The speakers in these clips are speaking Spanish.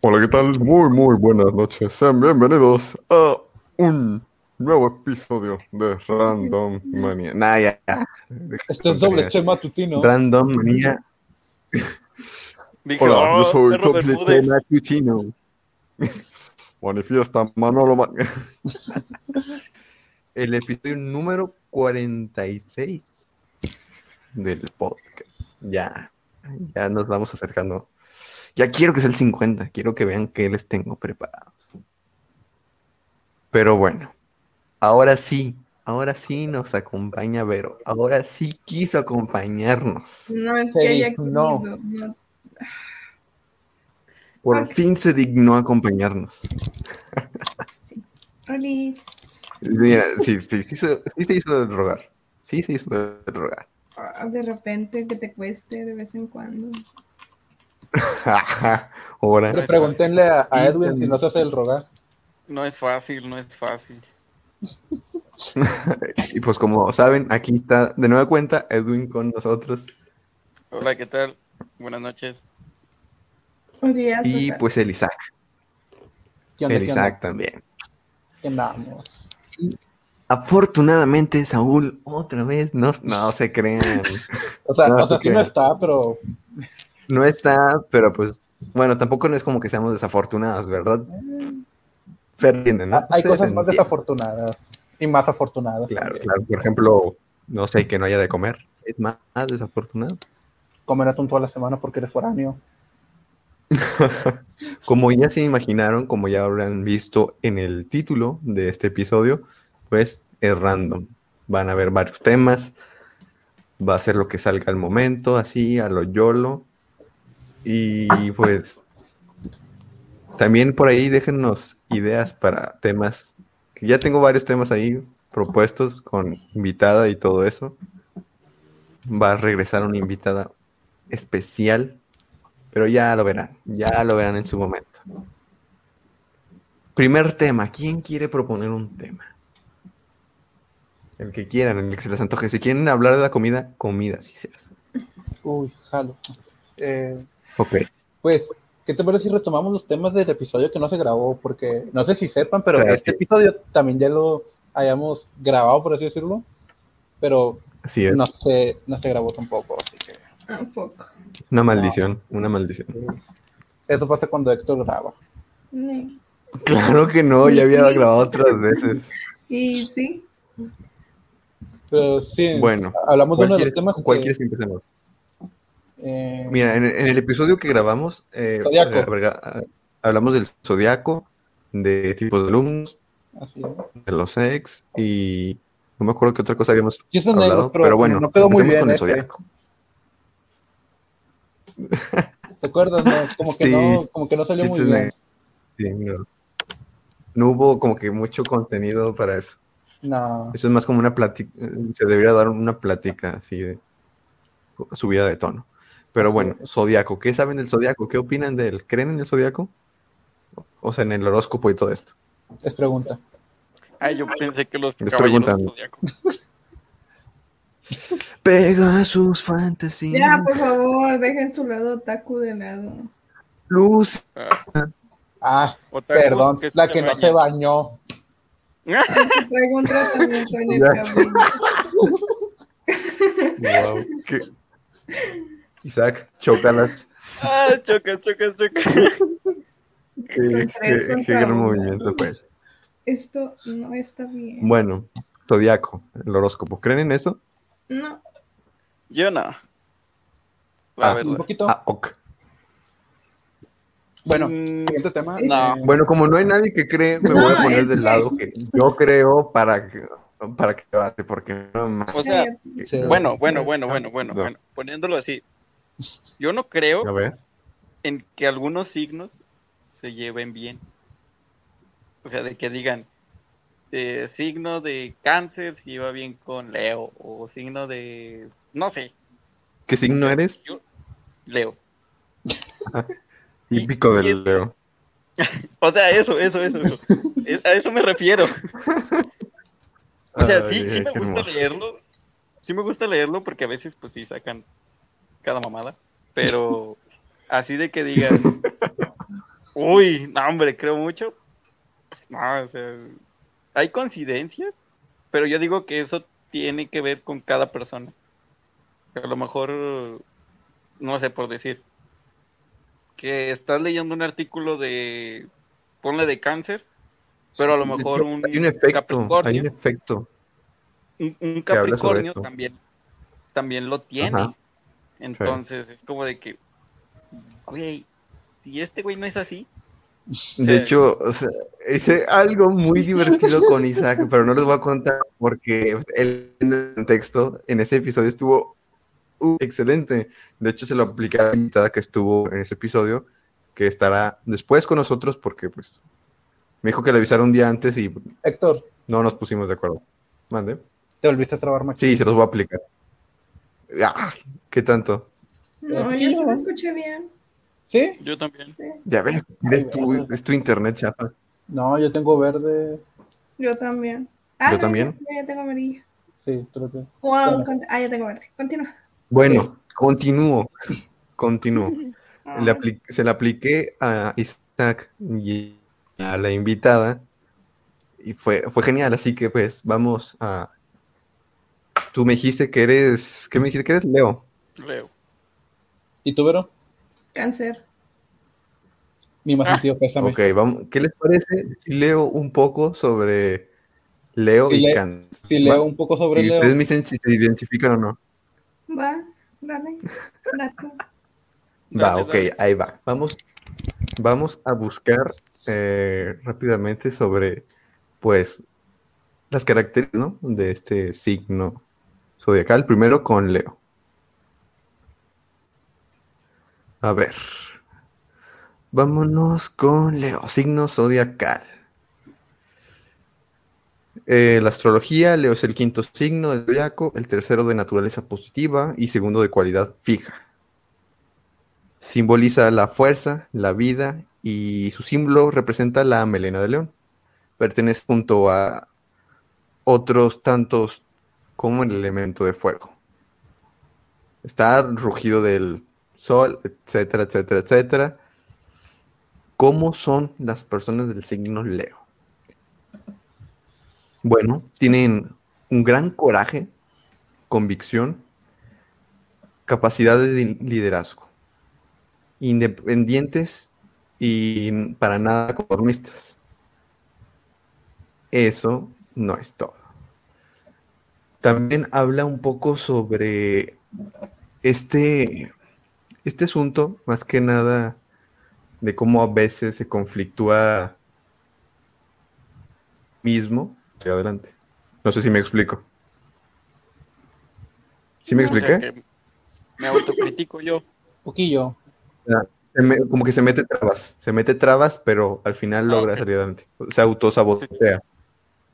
Hola, ¿qué tal? Muy, muy buenas noches. Sean bienvenidos a un nuevo episodio de Random Manía. Nah, ya, ya. Esto es doble che matutino. Random Manía. Dije, Hola, oh, yo soy perro Toplite Bermúdez. Machuchino. Manifiesta Manolo Man- el episodio número 46 del podcast. Ya, ya nos vamos acercando. Ya quiero que sea el 50, quiero que vean que les tengo preparados. Pero bueno, ahora sí, ahora sí nos acompaña Vero, ahora sí quiso acompañarnos. No es Se que haya dignó. comido, no. Por Ok. fin se dignó acompañarnos. Sí. Olis. Mira, sí, sí, sí, se- sí se hizo del rogar, sí se hizo del rogar. Ah, de repente que te cueste de vez en cuando. Ahora. Pero preguntenle a, a Y Edwin si también- nos hace el rogar. No es fácil, no es fácil. Y pues como saben, aquí está de nueva cuenta Edwin con nosotros Hola, ¿qué tal? Buenas noches. Oye, y azúcar. pues el Isaac, Ah, ¿Qué onda, el qué onda? Isaac también. ¿Qué andamos? Afortunadamente Saúl otra vez no, no se crean, O sea, Ah, o sea, sí ok. no está, pero no está, pero pues bueno, tampoco no es como que seamos desafortunados, ¿verdad? Se entienden, ¿no? Ah, hay Ustedes cosas más entienden. desafortunadas y más afortunadas. Claro, también. claro, por ejemplo, no sé, que no haya de comer, es más desafortunado. Comer atún toda la semana porque eres foráneo. Como ya se imaginaron, como ya habrán visto en el título de este episodio, pues es random. Van a haber varios temas, va a ser lo que salga al momento, así, a lo YOLO. Y pues también por ahí déjennos ideas para temas. que Ya tengo varios temas ahí propuestos con invitada y todo eso. Va a regresar una invitada especial pero ya lo verán, ya lo verán en su momento. Primer tema, ¿quién quiere proponer un tema? El que quieran, el que se les antoje. Si quieren hablar de la comida, comida, si se hace. Uy, jalo. Eh, Ok. pues, ¿qué te parece si retomamos los temas del episodio que no se grabó? Porque no sé si sepan, pero Claro, este sí. episodio también ya lo hayamos grabado, por así decirlo. Pero Así es. no se, no se grabó tampoco, así que pues. Tampoco. Una maldición, una maldición. eso pasa cuando Héctor graba. Ni- Claro que no, ya había grabado otras veces. Y sí, Pero sí, Bueno, hablamos de ¿cuál uno de los quieres, temas. cuál que, quieres que empecemos? eh, Mira, en, en el episodio que grabamos, eh, Zodiaco. eh, verga, eh, hablamos del zodiaco, de tipos de alumnos, así, ¿no? de los ex y no me acuerdo qué otra cosa habíamos Sí, son hablado, negros, pero, pero, bueno, no quedó muy empecemos bien. con el este. zodiaco. ¿Te acuerdas? no? Como, que Sí, no, como que no salió muy chistes bien. Sí, no. No hubo como que mucho contenido para eso. No. Eso es más como una plática, eh, se debería dar una plática así de subida de tono. Pero bueno, zodiaco, ¿qué saben del zodiaco? ¿Qué opinan de él? ¿Creen en el zodiaco? O sea, en el horóscopo y todo esto. Es pregunta. Ay, yo pensé que los Les caballeros preguntan. del Zodiaco. Pega sus fantasías, ya, pues. por favor, dejen su lado otaku de lado. luz. Ah, Ah, otakus perdón, la que no se bañan. bañó. Te Traigo un tratamiento en el Ya. cabello. Wow, qué- Isaac, chócalas. Ah, choca, choca, choca. Qué, Son qué- tres qué contra gran uno. movimiento, pues. Esto no está bien. Bueno, Zodíaco, el horóscopo. ¿Creen en eso? No, Yo no. La Ah, Un verdad. poquito. Ah, ok. Bueno, Mm, siguiente tema. No. eh, Bueno, como no hay nadie que cree, me No, voy a poner es del que- lado que yo creo para que, para que debate, porque no más. o sea, cállate. sí. bueno, bueno, bueno, bueno, bueno, Ah, No. bueno. Poniéndolo así. Yo no creo A ver. en que algunos signos se lleven bien. O sea, de que digan, eh, signo de cáncer se lleva bien con Leo, o signo de, no sé, ¿Qué signo eres? Leo. Típico y del este- Leo. O sea, eso, eso, eso, eso. Es- A eso me refiero. O sea, sí, Ay, sí me qué gusta hermoso. leerlo. Sí me gusta leerlo porque a veces, pues sí, sacan cada mamada. Pero así de que digan, Uy, no, hombre, creo mucho. Pues, no, o sea, hay coincidencias, pero yo digo que eso tiene que ver con cada persona. A lo mejor, no sé por decir, que estás leyendo un artículo de, ponle de cáncer, pero a lo mejor un, Hay un efecto, hay Capricornio, un efecto. un, un que habla sobre Capricornio esto. también, también lo tiene. Ajá. Entonces es como de que, güey, si este güey no es así, De hecho, o sea, hice algo muy divertido con Isaac, pero no les voy a contar porque el contexto en ese episodio estuvo uh, excelente. De hecho, se lo apliqué a la invitada que estuvo en ese episodio, que estará después con nosotros porque pues me dijo que le avisara un día antes y Héctor, no nos pusimos de acuerdo. Mande. te volviste a trabar más. Sí, se los voy a aplicar. Ah, ¿Qué tanto? No, yo sí lo escuché bien. ¿Sí? yo también. Ya ves, es tu, es tu internet, chapa. No, yo tengo verde. Yo también. Ah, Yo no, también. Ya, tengo amarilla. Sí, creo que. Wow, Bueno. cont- ah, ya tengo verde. Continúa. Bueno, continúo, continúo. Ah, Le apli- se la apliqué a Isaac y a la invitada y fue, fue genial, así que pues vamos a... Tú me dijiste que eres... ¿Qué me dijiste que eres? Leo. Leo. ¿Y tú, Vero? Cáncer. Mi más sentido pésame. Ok, vamos. ¿Qué les parece si leo un poco sobre Leo Si y le- Can? Si Va- leo un poco sobre y Leo. ustedes me dicen si se identifican o no. Va, dale. Date. Va, Dale, ok, dale. ahí va. Vamos, vamos a buscar eh, rápidamente sobre, pues, las características, ¿no? de este signo zodiacal. Primero con Leo. A ver. Vámonos con Leo, signo zodiacal. Eh, la astrología, Leo es el quinto signo del zodiaco, el tercero de naturaleza positiva y segundo de cualidad fija simboliza la fuerza, la vida y su símbolo representa la melena de león. Pertenece junto a otros tantos como el elemento de fuego. Está rugido del sol, etcétera, etcétera, etcétera. ¿Cómo son las personas del signo Leo? Bueno, tienen un gran coraje, convicción, capacidad de li- liderazgo independientes y para nada conformistas. Eso no es todo. También habla un poco sobre este, este asunto, más que nada, de cómo a veces se conflictúa mismo hacia adelante. No sé si me explico. ¿Sí me No. O sea, expliqué? que me autocritico yo. Poquillo. Se me- como que se mete trabas, se mete trabas, pero al final Ah, logra ok. salir adelante. Se autosabotea.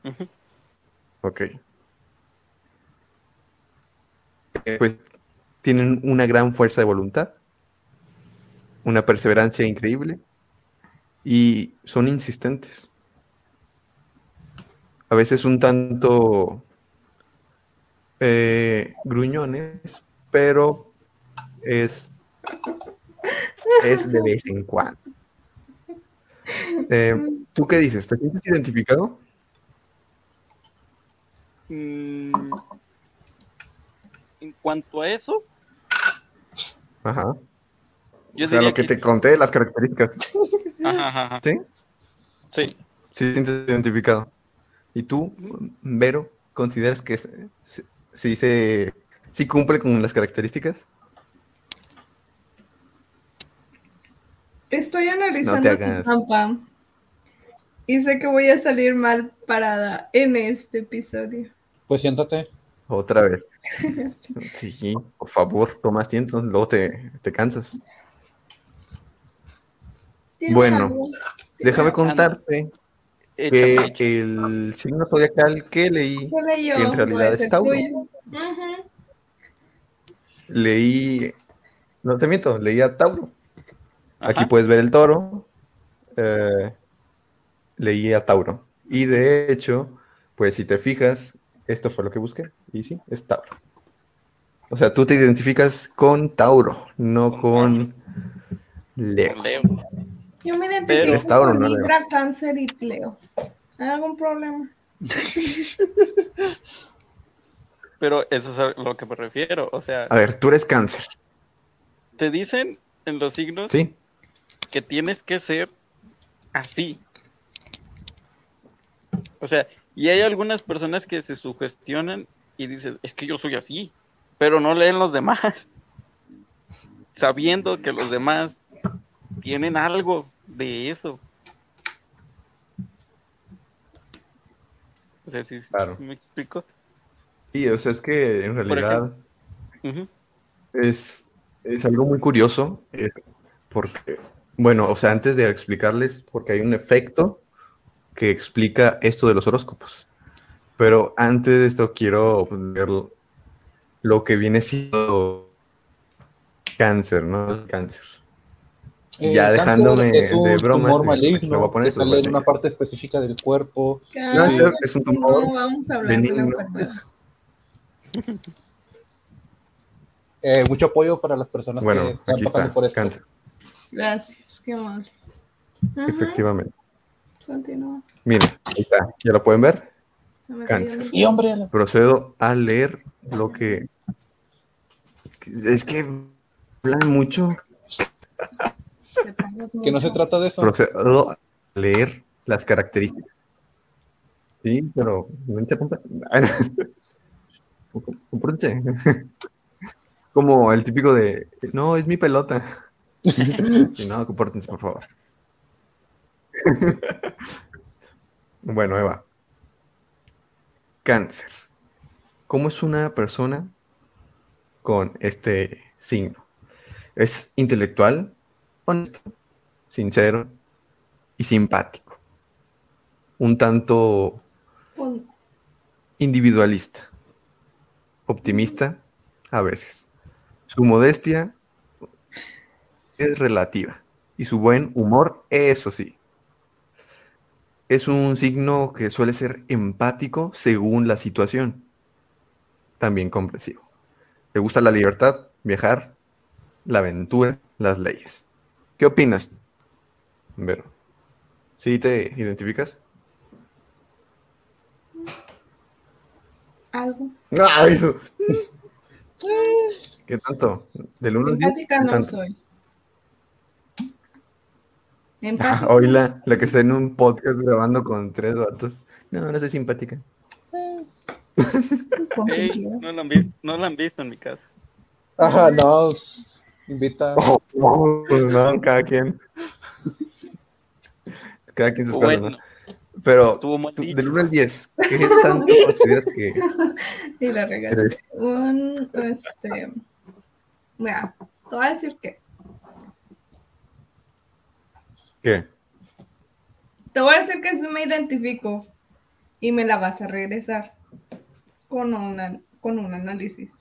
Ujú. Ok. Eh, Pues tienen una gran fuerza de voluntad, una perseverancia increíble y son insistentes. A veces un tanto eh, gruñones, pero es es de vez en cuando. Eh, ¿Tú qué dices? ¿Te sientes identificado? Mm, en cuanto a eso, Ajá. yo o sea, diría lo que, te conté de las características. Ajá, ajá, ajá. ¿Sí? Sí. Sí, te sientes identificado. ¿Y tú, Vero, consideras que sí, sí se, sí cumple con las características? Estoy analizando mi hagas. mapa y sé que voy a salir mal parada en este episodio. Pues siéntate. Otra vez. Sí, por favor, toma asiento, luego te, te cansas. Tiene Bueno, algo. Déjame contarte que Échame, échame. el signo zodiacal que leí Yo leí en yo, realidad puede es ser Tauro. tuyo. Ujú. leí, no te miento, leí a Tauro. Ajá. Aquí puedes ver el toro. eh, leí a Tauro. Y de hecho, pues si te fijas, esto fue lo que busqué. Y sí, es Tauro. O sea, tú te identificas con Tauro, no Con con Leo. Leo. Yo me Pero- identifico Restauro, con no, Libra, Cáncer y Leo. ¿Hay algún problema? Pero eso es a lo que me refiero. O sea, A ver, tú eres cáncer, te dicen en los signos ¿sí? que tienes que ser así. O sea, y hay algunas personas que se sugestionan y dicen, es que yo soy así, pero no leen los demás, sabiendo que los demás tienen algo de eso. O sea, si Claro. me explico. Sí, o sea, es que en Por realidad... Ujú. Es, es algo muy curioso, es porque, bueno, o sea, antes de explicarles, porque hay un efecto que explica esto de los horóscopos. Pero antes de esto quiero ver lo que viene siendo cáncer, ¿no? Cáncer. Eh, Ya cáncer dejándome es un de bromas, tumor me- me maligno voy a poner que eso, sale pues, en una sí. parte específica del cuerpo. Ay, claro, es un tumor No vamos a hablar de la benigno. pues. enfermedad. Eh, mucho apoyo para las personas Bueno, que están aquí pasando está, por esto. cáncer, Gracias, qué mal. efectivamente. Continúa. Miren, ahí está, ¿ya lo pueden ver? Se me Cáncer. cayó el- Y hombre, a la- procedo a leer lo que es que hablan mucho te tardas que no se mucho. trata de eso. procedo a leer las características sí pero no interrumpa Compórtense. como el típico de no es mi pelota Sí, no compórtense por favor bueno Eva cáncer ¿Cómo es una persona con este signo? Es intelectual, honesto, sincero y simpático. Un tanto Pon- individualista, optimista a veces. Su modestia es relativa y su buen humor, eso sí. Es un signo que suele ser empático según la situación. También comprensivo. Le gusta la libertad, viajar, la aventura, las leyes. ¿Qué opinas? Vero. ¿Sí te identificas? Algo. ¡Ah, eso! ¿Qué tanto? ¿Del 1 al 10? Simpática no soy. Empática. Hoy Ah, la, la que está en un podcast grabando con tres vatos. No, no soy simpática. con quien Ey, quiera. no, lo han visto, no lo han visto en mi casa. Ajá, no, s- invita. Oh. pues no, cada quien. Cada quien sus cosas, Bueno, ¿no? Pero estuvo mal tú, dicho. del 1 al 10, ¿qué tanto consideras que Y la regaste. eres? Un, este, mira, te voy a decir que, ¿Qué? te voy a decir que sí me identifico y me la vas a regresar con, una, con un análisis.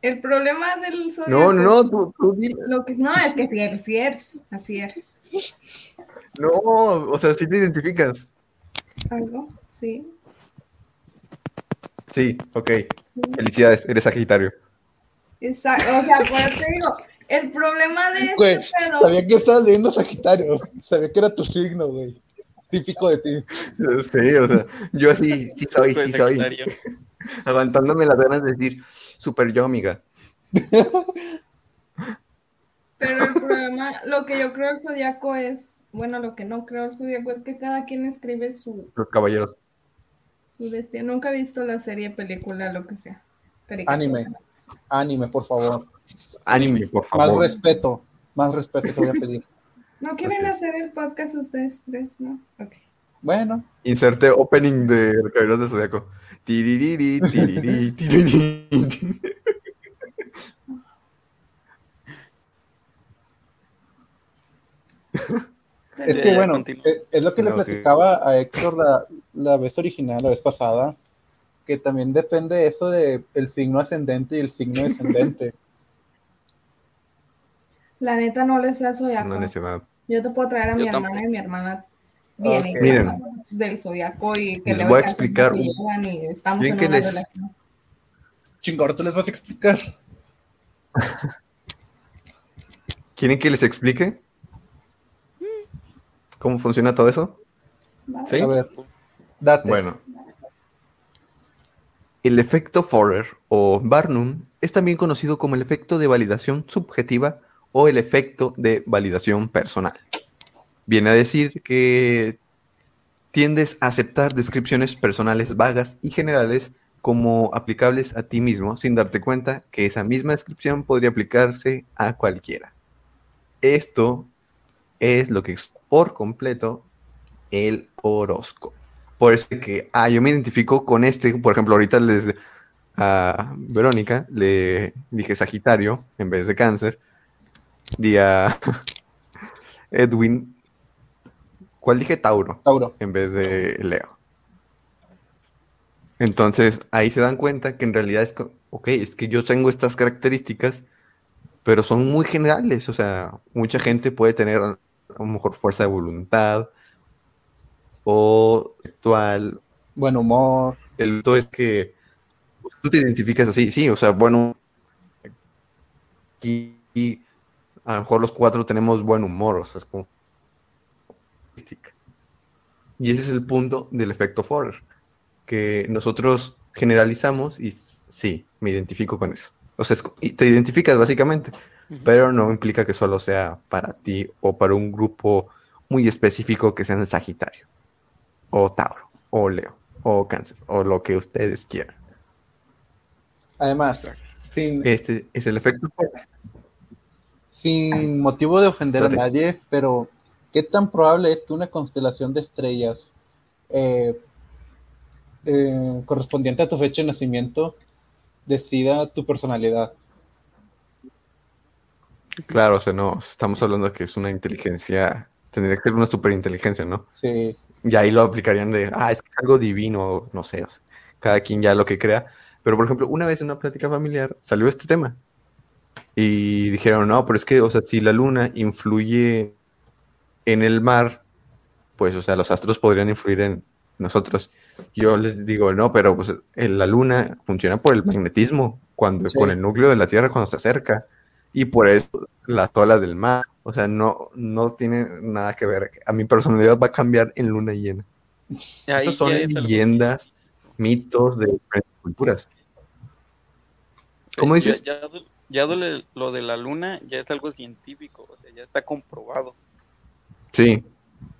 El problema del No, zodiaco- no, no, tú, tú dile. Lo que, no, es que sí eres, sí eres, así eres. No, o sea, sí te identificas. Algo, sí. Sí, ok. Felicidades, eres Sagitario. Exacto, o sea, por eso te digo, el problema de Güey, este pedo. Sabía que estabas leyendo Sagitario. Sabía que era tu signo, güey. Típico de ti. Sí, o sea, yo así, sí soy, Soy sí soy. secretario. aguantándome las ganas de decir super yo, amiga. Pero el problema, lo que yo creo el zodiaco es, bueno, lo que no creo el zodiaco es que cada quien escribe su, Los caballeros. su destino. Nunca he visto la serie, película, lo que sea. Caricatura, Anime. no sé. Anime, por favor. Anime, por Más favor. respeto. Más respeto te voy a pedir. No quieren Así es. hacer el podcast ustedes tres, ¿no? Ok. Bueno, Inserte opening de Los Caballeros de Zodiaco. Tiririri, tiriri, tiriri, tiriri. Pero- es que ya, bueno, continúa. es, es lo que le No, sí. platicaba a Héctor la, la vez original, la vez pasada, que también depende eso de el signo ascendente y el signo descendente. La neta no les sea Es zodiaco. una necedad. yo te puedo traer a Yo mi tampoco. hermana y mi hermana viene Ok. Miren. del zodiaco y que Les le voy a casas explicar y un- llegan y estamos Bien en que una les- relación. Chingo, ahora tú les vas a explicar. ¿Quieren que les explique? ¿Cómo funciona todo eso? ¿Sí? A ver, date. Bueno. El efecto Forer o Barnum es también conocido como el efecto de validación subjetiva o el efecto de validación personal. Viene a decir que tiendes a aceptar descripciones personales vagas y generales como aplicables a ti mismo sin darte cuenta que esa misma descripción podría aplicarse a cualquiera. Esto es lo que es por completo el horóscopo. Por eso que, ah, yo me identifico con este, por ejemplo, ahorita les a Verónica le dije Sagitario en vez de Cáncer. Di a Edwin, ¿cuál dije Tauro? Tauro. en vez de Leo. Entonces ahí se dan cuenta que en realidad es, co- ok, es que yo tengo estas características, pero son muy generales, o sea, mucha gente puede tener a lo mejor fuerza de voluntad o actual. Buen humor. El punto es que tú te identificas así, sí, o sea, bueno, aquí y a lo mejor los cuatro tenemos buen humor, o sea, es como... Y ese es el punto del efecto Forer, que nosotros generalizamos y sí, me identifico con eso. O sea, es co- y te identificas básicamente, Ujú. pero no implica que solo sea para ti o para un grupo muy específico que sean Sagitario, o Tauro, o Leo, o Cáncer, o lo que ustedes quieran. Además, sin, Este es el efecto Forer. sin motivo de ofender a Date. nadie, pero ¿qué tan probable es que una constelación de estrellas eh, eh, correspondiente a tu fecha de nacimiento decida tu personalidad? Claro, o sea, no, estamos hablando de que es una inteligencia, tendría que ser una superinteligencia, ¿no? Sí, Y ahí lo aplicarían de, ah, es que es algo divino, no sé, o sea, cada quien ya lo que crea. Pero, por ejemplo, una vez en una plática familiar salió este tema y dijeron, no, pero es que, o sea, si la luna influye en el mar, pues, o sea, los astros podrían influir en nosotros. Yo les digo, no, pero pues, en la luna funciona por el magnetismo, cuando, Sí. con el núcleo de la Tierra cuando se acerca, y por eso las olas del mar, o sea, no, no tiene nada que ver. A mi personalidad va a cambiar en luna llena. Ahí Esas son ya es algo- leyendas, mitos de diferentes culturas. ¿Cómo Ya- dices? Eh, Ya, do- ya do- lo de la luna ya es algo científico, o sea, ya está comprobado. Sí,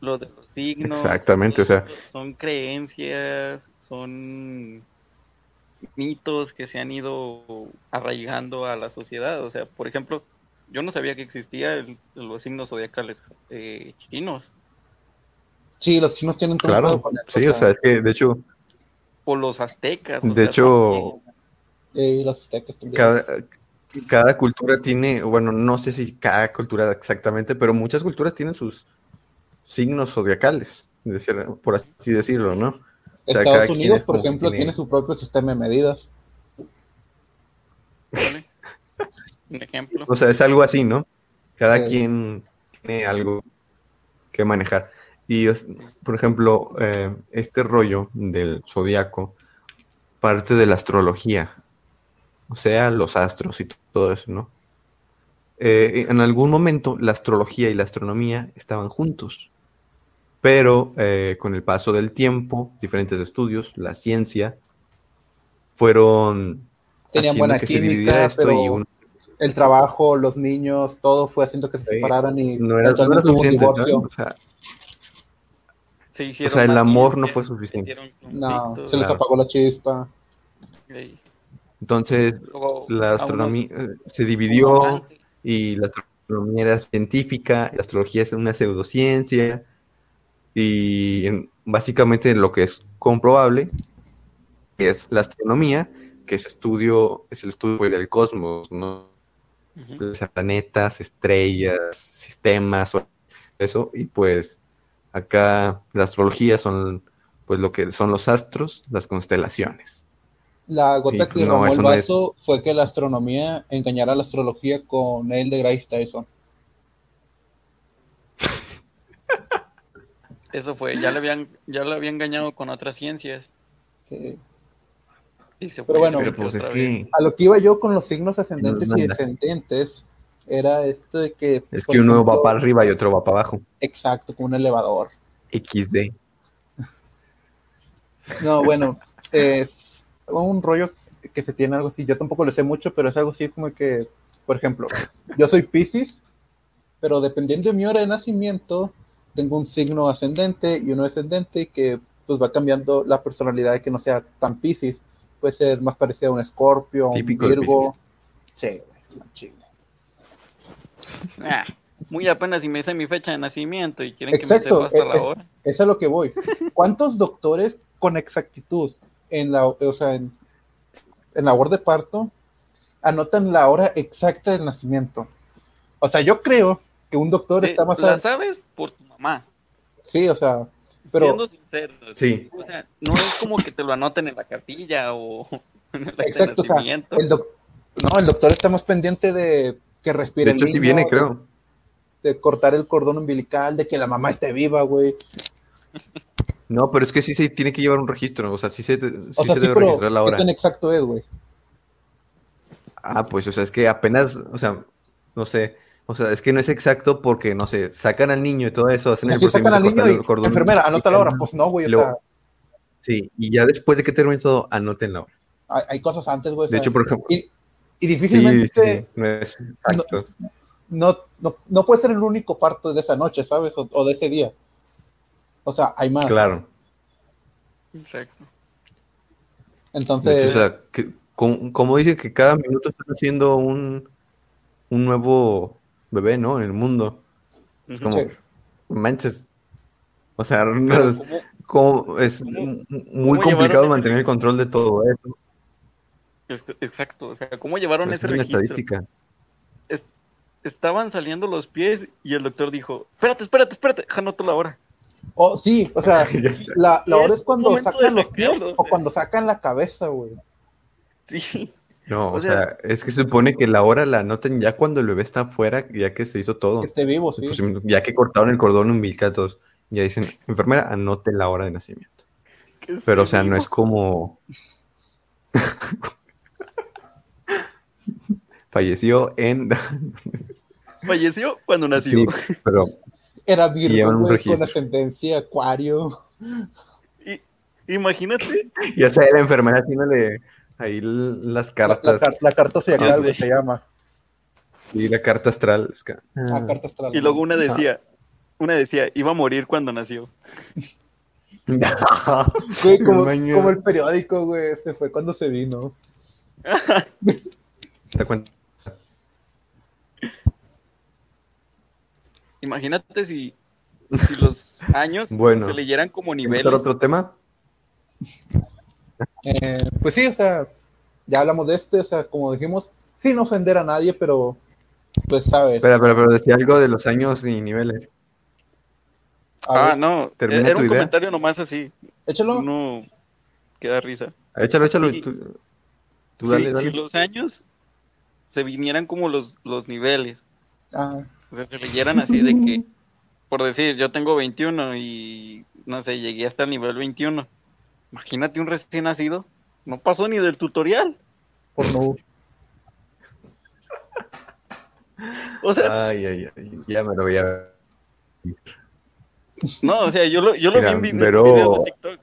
Lo de los signos. Exactamente, o sea- Son creencias, son mitos que se han ido arraigando a la sociedad. O sea, por ejemplo, yo no sabía que existía el- los signos zodiacales eh, chinos. sí, los chinos tienen todo claro. con eso, Sí, o sea, es que de hecho, O los aztecas. o De sea, hecho, también. eh, los aztecas también. cada, cada cultura tiene, bueno, no sé si cada cultura exactamente, pero muchas culturas tienen sus signos zodiacales, de cier- por así decirlo, ¿no? o sea, cada Estados quien Unidos, es por como que ejemplo, tiene- tiene su propio sistema de medidas. ¿vale? Un ejemplo. O sea, es algo así, ¿no? Cada Sí. quien tiene algo que manejar. Y, es- por ejemplo, eh, este rollo del zodiaco parte de la astrología, o sea, los astros y t- todo eso, ¿no? Eh, en algún momento la astrología y la astronomía estaban juntos, pero eh, con el paso del tiempo, diferentes estudios, la ciencia, fueron Tenían haciendo buena que se dividiera química, esto pero y uno el trabajo, los niños, todo fue haciendo que se Sí. separaran y no era, no era eventualmente hubo un suficiente, ¿sabes? divorcio. O sea, Se O hicieron sea, el más amor no dientes, fue se suficiente. hicieron No, se conflictos, les Claro. apagó la chispa. y Entonces, luego a la unos- astronomía eh, se unos dividió antes, y la astronomía era científica, la astrología es una pseudociencia y en- básicamente lo que es comprobable es la astronomía, que es estudio, es el estudio pues, del cosmos, ¿no? ujú. Pues, planetas, estrellas, sistemas, o- eso, y pues acá la astrología son pues lo que son los astros, las constelaciones. La gota Sí, que no, derramó eso el no es- vaso fue que la astronomía engañara a la astrología con Neil deGrasse Tyson. Eso fue, ya le habían, ya le habían engañado con otras ciencias. Sí. Y se Pero fue bueno, Pero pues es otra que vez. A lo que iba yo con los signos ascendentes Nos y manda. descendentes era esto de que... Es por que uno va ejemplo, para arriba y otro va para abajo. Exacto, como un elevador. XD. No, bueno, es un rollo que se tiene algo así. Yo tampoco lo sé mucho, pero es algo así como que, por ejemplo, yo soy Pisces, pero dependiendo de mi hora de nacimiento, tengo un signo ascendente y uno descendente que pues va cambiando la personalidad de que no sea tan Pisces. Puede ser más parecido a un Escorpio, a un Típico de Virgo. Sí, güey, la chinga. Ah, muy apenas si me sé mi fecha de nacimiento y quieren que me Exacto, sepa hasta eh, eh. la hora. Eso es a lo que voy. ¿Cuántos doctores con exactitud en la, o sea, en, en labor de parto anotan la hora exacta del nacimiento? O sea, yo creo que un doctor Eh, está más... la a- sabes por tu mamá, Sí, o sea, Pero- siendo sincero. Sí. O sea, no es como que te lo anoten en la cartilla o en el acta exacto, o de sea, nacimiento. el, doc- no, el doctor está más pendiente de que respire De el hecho, sí niño, eh. viene, creo. De cortar el cordón umbilical, de que la mamá esté viva, güey. No, pero es que sí se tiene que llevar un registro. O sea, sí se, te- sí O se sea, sí, debe pero registrar la ¿qué hora. tan exacto es, güey? Ah, pues, o sea, es que apenas, o sea, no sé. O sea, es que no es exacto porque, no sé, sacan al niño y todo eso, hacen el Así sacan al niño cortan y pues, el cordón enfermera, anota la hora. umbilical. Pues no, güey, o Luego- sea, Sí, y ya después de que termine todo, anoten la hora. hay, hay cosas antes, güey. o De sea, hecho, por ejemplo, y, y sí, difícilmente... sí, sí, no es exacto. no, no, no puede ser el único parto de esa noche, ¿sabes? O, o de ese día. O sea, hay más. Claro. Exacto. Entonces, De hecho, o sea, que- como, como dice que cada minuto están haciendo un, un nuevo bebé, ¿no? En el mundo. Es como, Sí. manches. O sea, no Pero es, ¿cómo- como- es ¿Cómo- m- cómo muy llevaron complicado ese- mantener el control de todo ¿eh? esto. es- Exacto, o sea, ¿cómo llevaron Es ese una registro? estadística. Estaban saliendo los pies y el doctor dijo, espérate, espérate, espérate, anoto la hora. oh, sí, o sea, Ya está. la, la Es hora es un cuando momento sacan de eh. los pies sacarlo, o o sea. cuando sacan la cabeza, güey. Sí, No, o o, sea, es que se supone que la hora la anotan ya cuando el bebé está afuera, ya que se hizo todo. Que esté vivo, sí. Pues, ya que cortaron el cordón umbilical, todos, ya dicen, enfermera, anote la hora de nacimiento. que es Pero, o sea, no vivo. es como. Falleció en. Falleció cuando nació. Sí, pero Era llevan Virgo, un güey, con registro. ascendencia acuario. Y- imagínate, ya sea la enfermera haciéndole ahí l- las La, la cartas car- la carta Ah, zodiacal, güey, sí. se llama. y la carta astral. es que- La Ah, carta astral. y luego una Ah. decía, una decía, iba a morir cuando nació. Güey, como, Maña. como el periódico, güey, se fue cuando se vino. ¿Te cuenta? Imagínate si, si los años Bueno. se leyeran como niveles. ¿Otro, otro tema? Eh, pues sí, o sea, ya hablamos de este, o sea, como dijimos, sin ofender a nadie, pero pues sabes. Espera, pero, pero decía algo de los años y niveles. A ver, Ah, no, Termina era tu un idea. comentario nomás así, échalo. uno que da risa. Échalo, échalo. Sí. Tú, tú Si- dale, si, dale. los años se vinieran como los, los niveles, Ah, o sea, se leyeran así de que, por decir, yo tengo 21 y no sé, llegué hasta el nivel 21. Imagínate un recién nacido, no pasó ni del tutorial. por no. O sea, Ay, ay, ay, ya me lo voy a ver. No, o sea, yo lo, yo lo Mira, vi en vi- pero- videos de TikTok.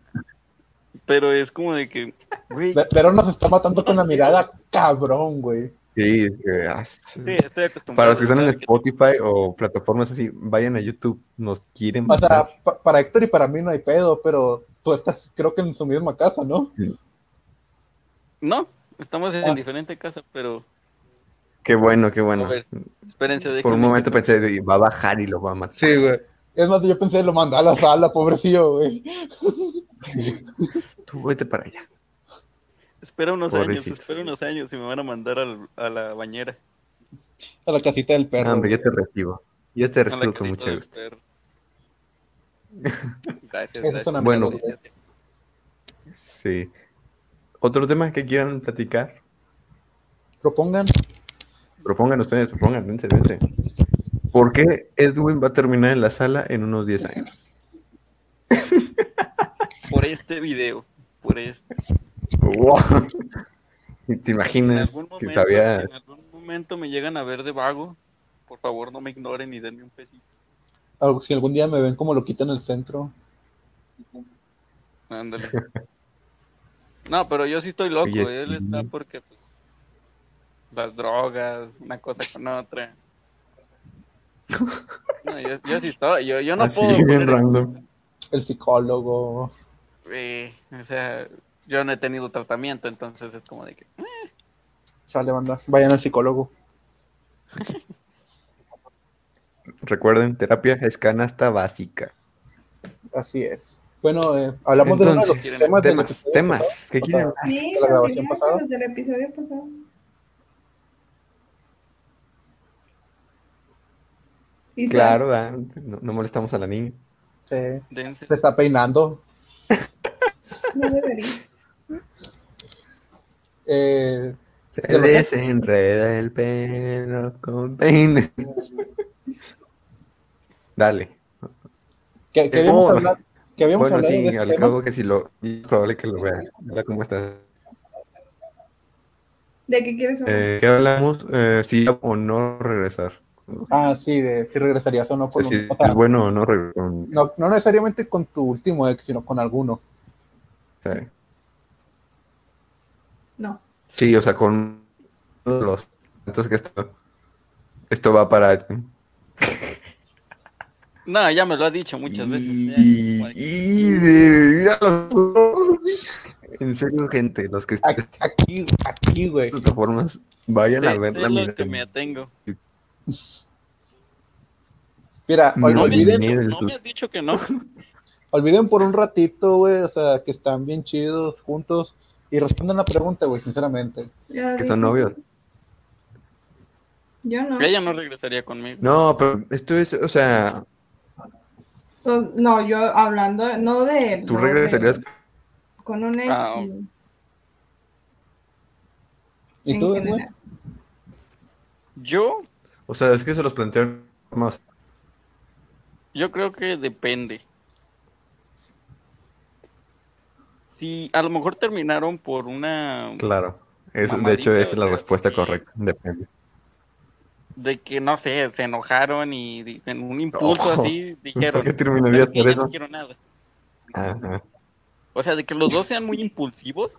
Pero es como de que, güey, Ve- Pero nos está matando con la mirada, cabrón, güey. Sí, eh, ah, sí. sí, estoy acostumbrado. Para los que están en a que- Spotify o plataformas así, vayan a YouTube, nos quieren. O sea, matar. pa- para Héctor y para mí no hay pedo, pero tú estás, creo que en su misma casa, ¿no? No, estamos en Ah. diferente casa, pero qué bueno, qué bueno. A ver, espérense de Por un momento pensé, de- va a bajar y lo va a matar. Sí, güey. Es más, yo pensé, lo mandé a la sala, pobrecillo, güey. Tú vete para allá. Espera unos Pobrecitos. años, espera unos años y me van a mandar al- a la bañera. A la casita del perro. Ah, hombre, güey. yo te recibo. Yo te a la recibo con casita mucho del gusto. perro. Gracias, Esa es gracias. este, una Bueno. mierda. Sí. ¿Otro tema que quieran platicar? Propongan. Propongan ustedes, propongan, dense, dense. ¿Por qué Edwin va a terminar en la sala en unos 10 años? Por este video, por este. Wow. ¿Te En imaginas algún, que momento, todavía en algún momento me llegan a ver de vago Por favor, no me ignoren y denme un pesito. Algo- ah, Si algún día me ven como lo quitan el centro, Ándale. No, pero yo sí estoy loco. Oye, Él sí. está porque pues, las drogas, una cosa con otra. No, yo, yo sí estoy. Yo, yo no Así, puedo. bien poner- random. el psicólogo. Eh, o sea, yo no he tenido tratamiento, entonces es como de que. Chale, banda. Vayan al psicólogo. Recuerden, terapia es canasta básica. Así es. Bueno, eh, hablamos de uno de los Entonces, temas. de temas, los episodios pasados. temas. ¿Qué O sea, quieren? Sí, ¿de la grabación continuamos pasada? desde el episodio pasado. Y Claro, ah, no, no molestamos a la niña. Sí. Dense. Se está peinando. sí, No debería. Eh, Se ¿De verdad? desenreda el pelo con peine. Dale. que, que Eh, habíamos oh. hablado, que habíamos Bueno, hablado sí, de este al tema. cabo que si lo. Es probable que lo vea. Hola, ¿cómo estás? ¿De qué quieres hablar? Eh, ¿Qué hablamos? Eh, sí o no regresar. Ah, sí, de si regresarías o no. O sea, Con si un- o sea, es bueno o no regresar. O no, no necesariamente con tu último ex, sino con alguno. sea, No. Sí, o sea, con los. Entonces, que esto, esto va para. No, ya me lo ha dicho muchas veces. ya, Y, como de que- y de- ya los- En serio, gente, los que están Ac- Aquí, aquí, güey. en plataformas, vayan sé- a sé verla. lo miren. que me atengo. Mira, No No me, olviden- has dicho- miedo. no me has dicho que no. Olviden por un ratito, güey, o sea, que están bien chidos juntos y respondan la pregunta, güey, sinceramente. Ya Que dije. son novios. Yo no. Ella no regresaría conmigo. No, pero esto es, o sea, So- No, yo hablando, no de. tú no regresarías. de- con un ex. Ah, ok. sí, ¿Y en tú, general. güey? Yo, O sea, es que se los plantearon más. yo creo que depende. Si a lo mejor terminaron por una Claro. Es, de Mamadita, hecho, esa es o la sea, respuesta sí. correcta. Depende. de que no sé, se enojaron y di- en un impulso Ojo. así dijeron ¿Por qué "Sabes terminarías qué? por Ya no eso? quiero nada. Ajá. O sea, de que los dos sean muy impulsivos.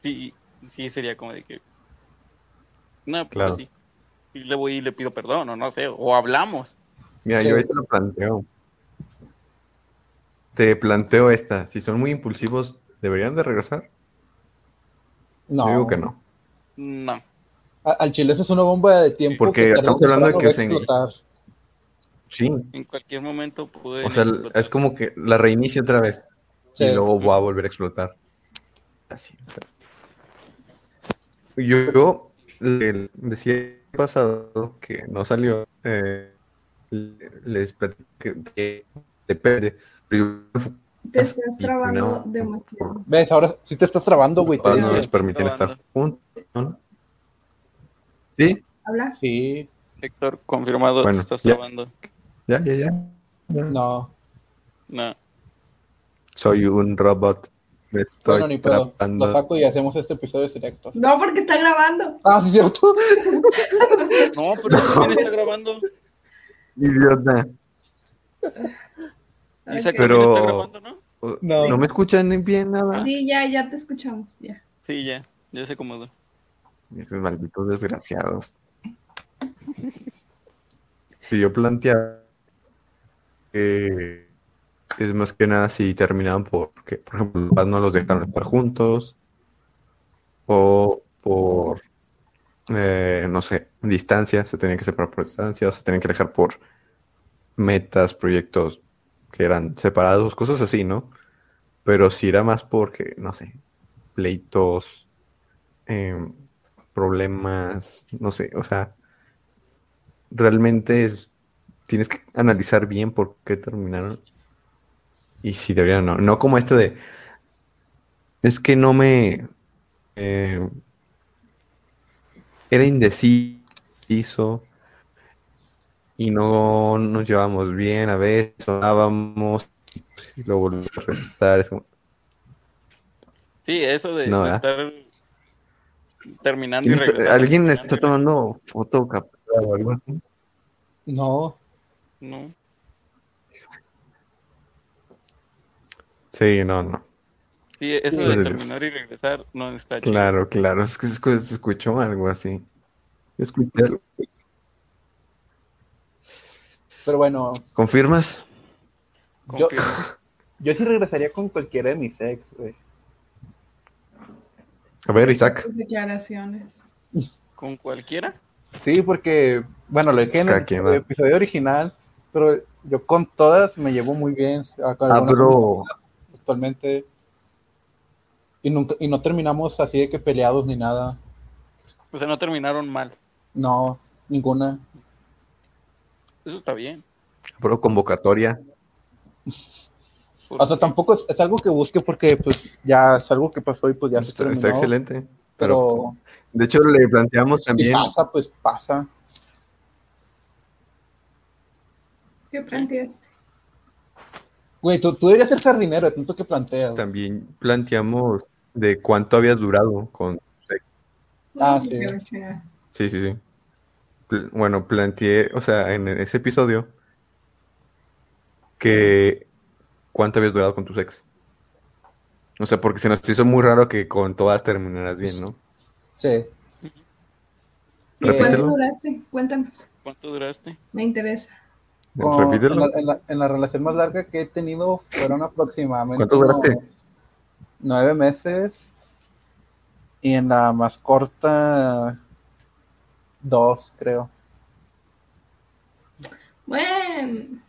Sí, sí sería como de que no, pues Claro. sí. Y le voy y le pido perdón o no sé, o hablamos. Mira, Sí. yo ahí te lo planteo. Te planteo esta. Si son muy impulsivos, ¿deberían de regresar? No, Yo digo que no. No. A- al chile eso es una bomba de tiempo. Porque que tarde estamos o hablando de temprano que va a se- explotar. Sí. En cualquier momento puede. O sea, es como que la reinicio otra vez Sí. y luego va a volver a explotar. Así. o sea. Yo, yo le- decía el pasado que no salió. eh, le- les platico que, que depende. Pero yo- Te estás Y trabando no. demasiado. ¿Ves? Ahora sí te estás trabando, Oh, güey. te Ah, no dije. les permiten estar juntos. ¿no? Sí, Habla. Sí, Héctor, confirmado, Bueno, estás ya. grabando. ya, ya, ya. no. No. Soy un robot. Me estoy bueno, ni pedo. tratando. Lo saco y hacemos este episodio sin Héctor. No, porque está grabando. Ah, sí, cierto. No, pero él también está grabando. Idiota. Dice que Ok. también Pero- está grabando, ¿no? O- No. No. me escuchan bien nada. Sí, ya, ya te escuchamos. Ya. Sí, ya. Ya se acomodó. Estos malditos desgraciados. Si yo planteaba que es más que nada si terminaban porque, por ejemplo, los papás no los dejaron estar juntos o por, eh, no sé, distancia, se tenían que separar por distancia, o se tenían que alejar por metas, proyectos que eran separados, cosas así, ¿no? Pero si era más porque, no sé, pleitos, em, problemas, no sé, o sea, realmente es, tienes que analizar bien por qué terminaron y si deberían o no, no como este de, es que no me, eh, era indeciso y no nos llevábamos bien a veces, sonábamos y lo volví a resaltar, es como, Sí, eso de, No, de ¿verdad? estar terminando y ¿Quién está- regresando. ¿Alguien terminando está y regresando. tomando foto capturada o algo así? No, No. Sí, no, no. Sí, eso Madre de de terminar y regresar no está chido. Claro, claro. Es que se escu- se escuchó algo así. Yo escuché algo. pero bueno, ¿Confirmas? yo, Confirmo. yo sí regresaría con cualquiera de mis ex, güey. A ver, Isaac. Sus declaraciones. ¿Con cualquiera? Sí, porque, bueno, lo dejé en Cada el quien, ¿no? episodio original, pero yo con todas me llevo muy bien. ah, con Ah, algunas pero Actualmente. Y, nunca, y no terminamos así de que peleados ni nada. O sea, no terminaron mal. No, ninguna. Eso está bien. pero convocatoria. O sea, tampoco es, es algo que busque porque pues ya es algo que pasó y pues ya se Está, terminó. está excelente. Pero, Pero de hecho, le planteamos si también. pasa, pues pasa. ¿Qué planteaste? Güey, tú, tú deberías ser jardinero, de tanto que planteas. También planteamos de cuánto habías durado con. Ah, Mm, sí. qué chingada. Sí, sí, sí. Pl- Bueno, planteé, o sea, en e-, ese episodio, que cuánto habías durado con tus ex. O sea, porque se nos hizo muy raro que con todas terminaras bien, ¿no? Sí. ¿Y Eh, cuánto Repítelo. duraste? Cuéntanos. ¿Cuánto duraste? Me interesa. con- en, Pues, Repítelo. la, en la- en la relación más larga que he tenido fueron aproximadamente ¿Cuánto unos duraste? nueve meses y en la más corta dos, creo. Bueno,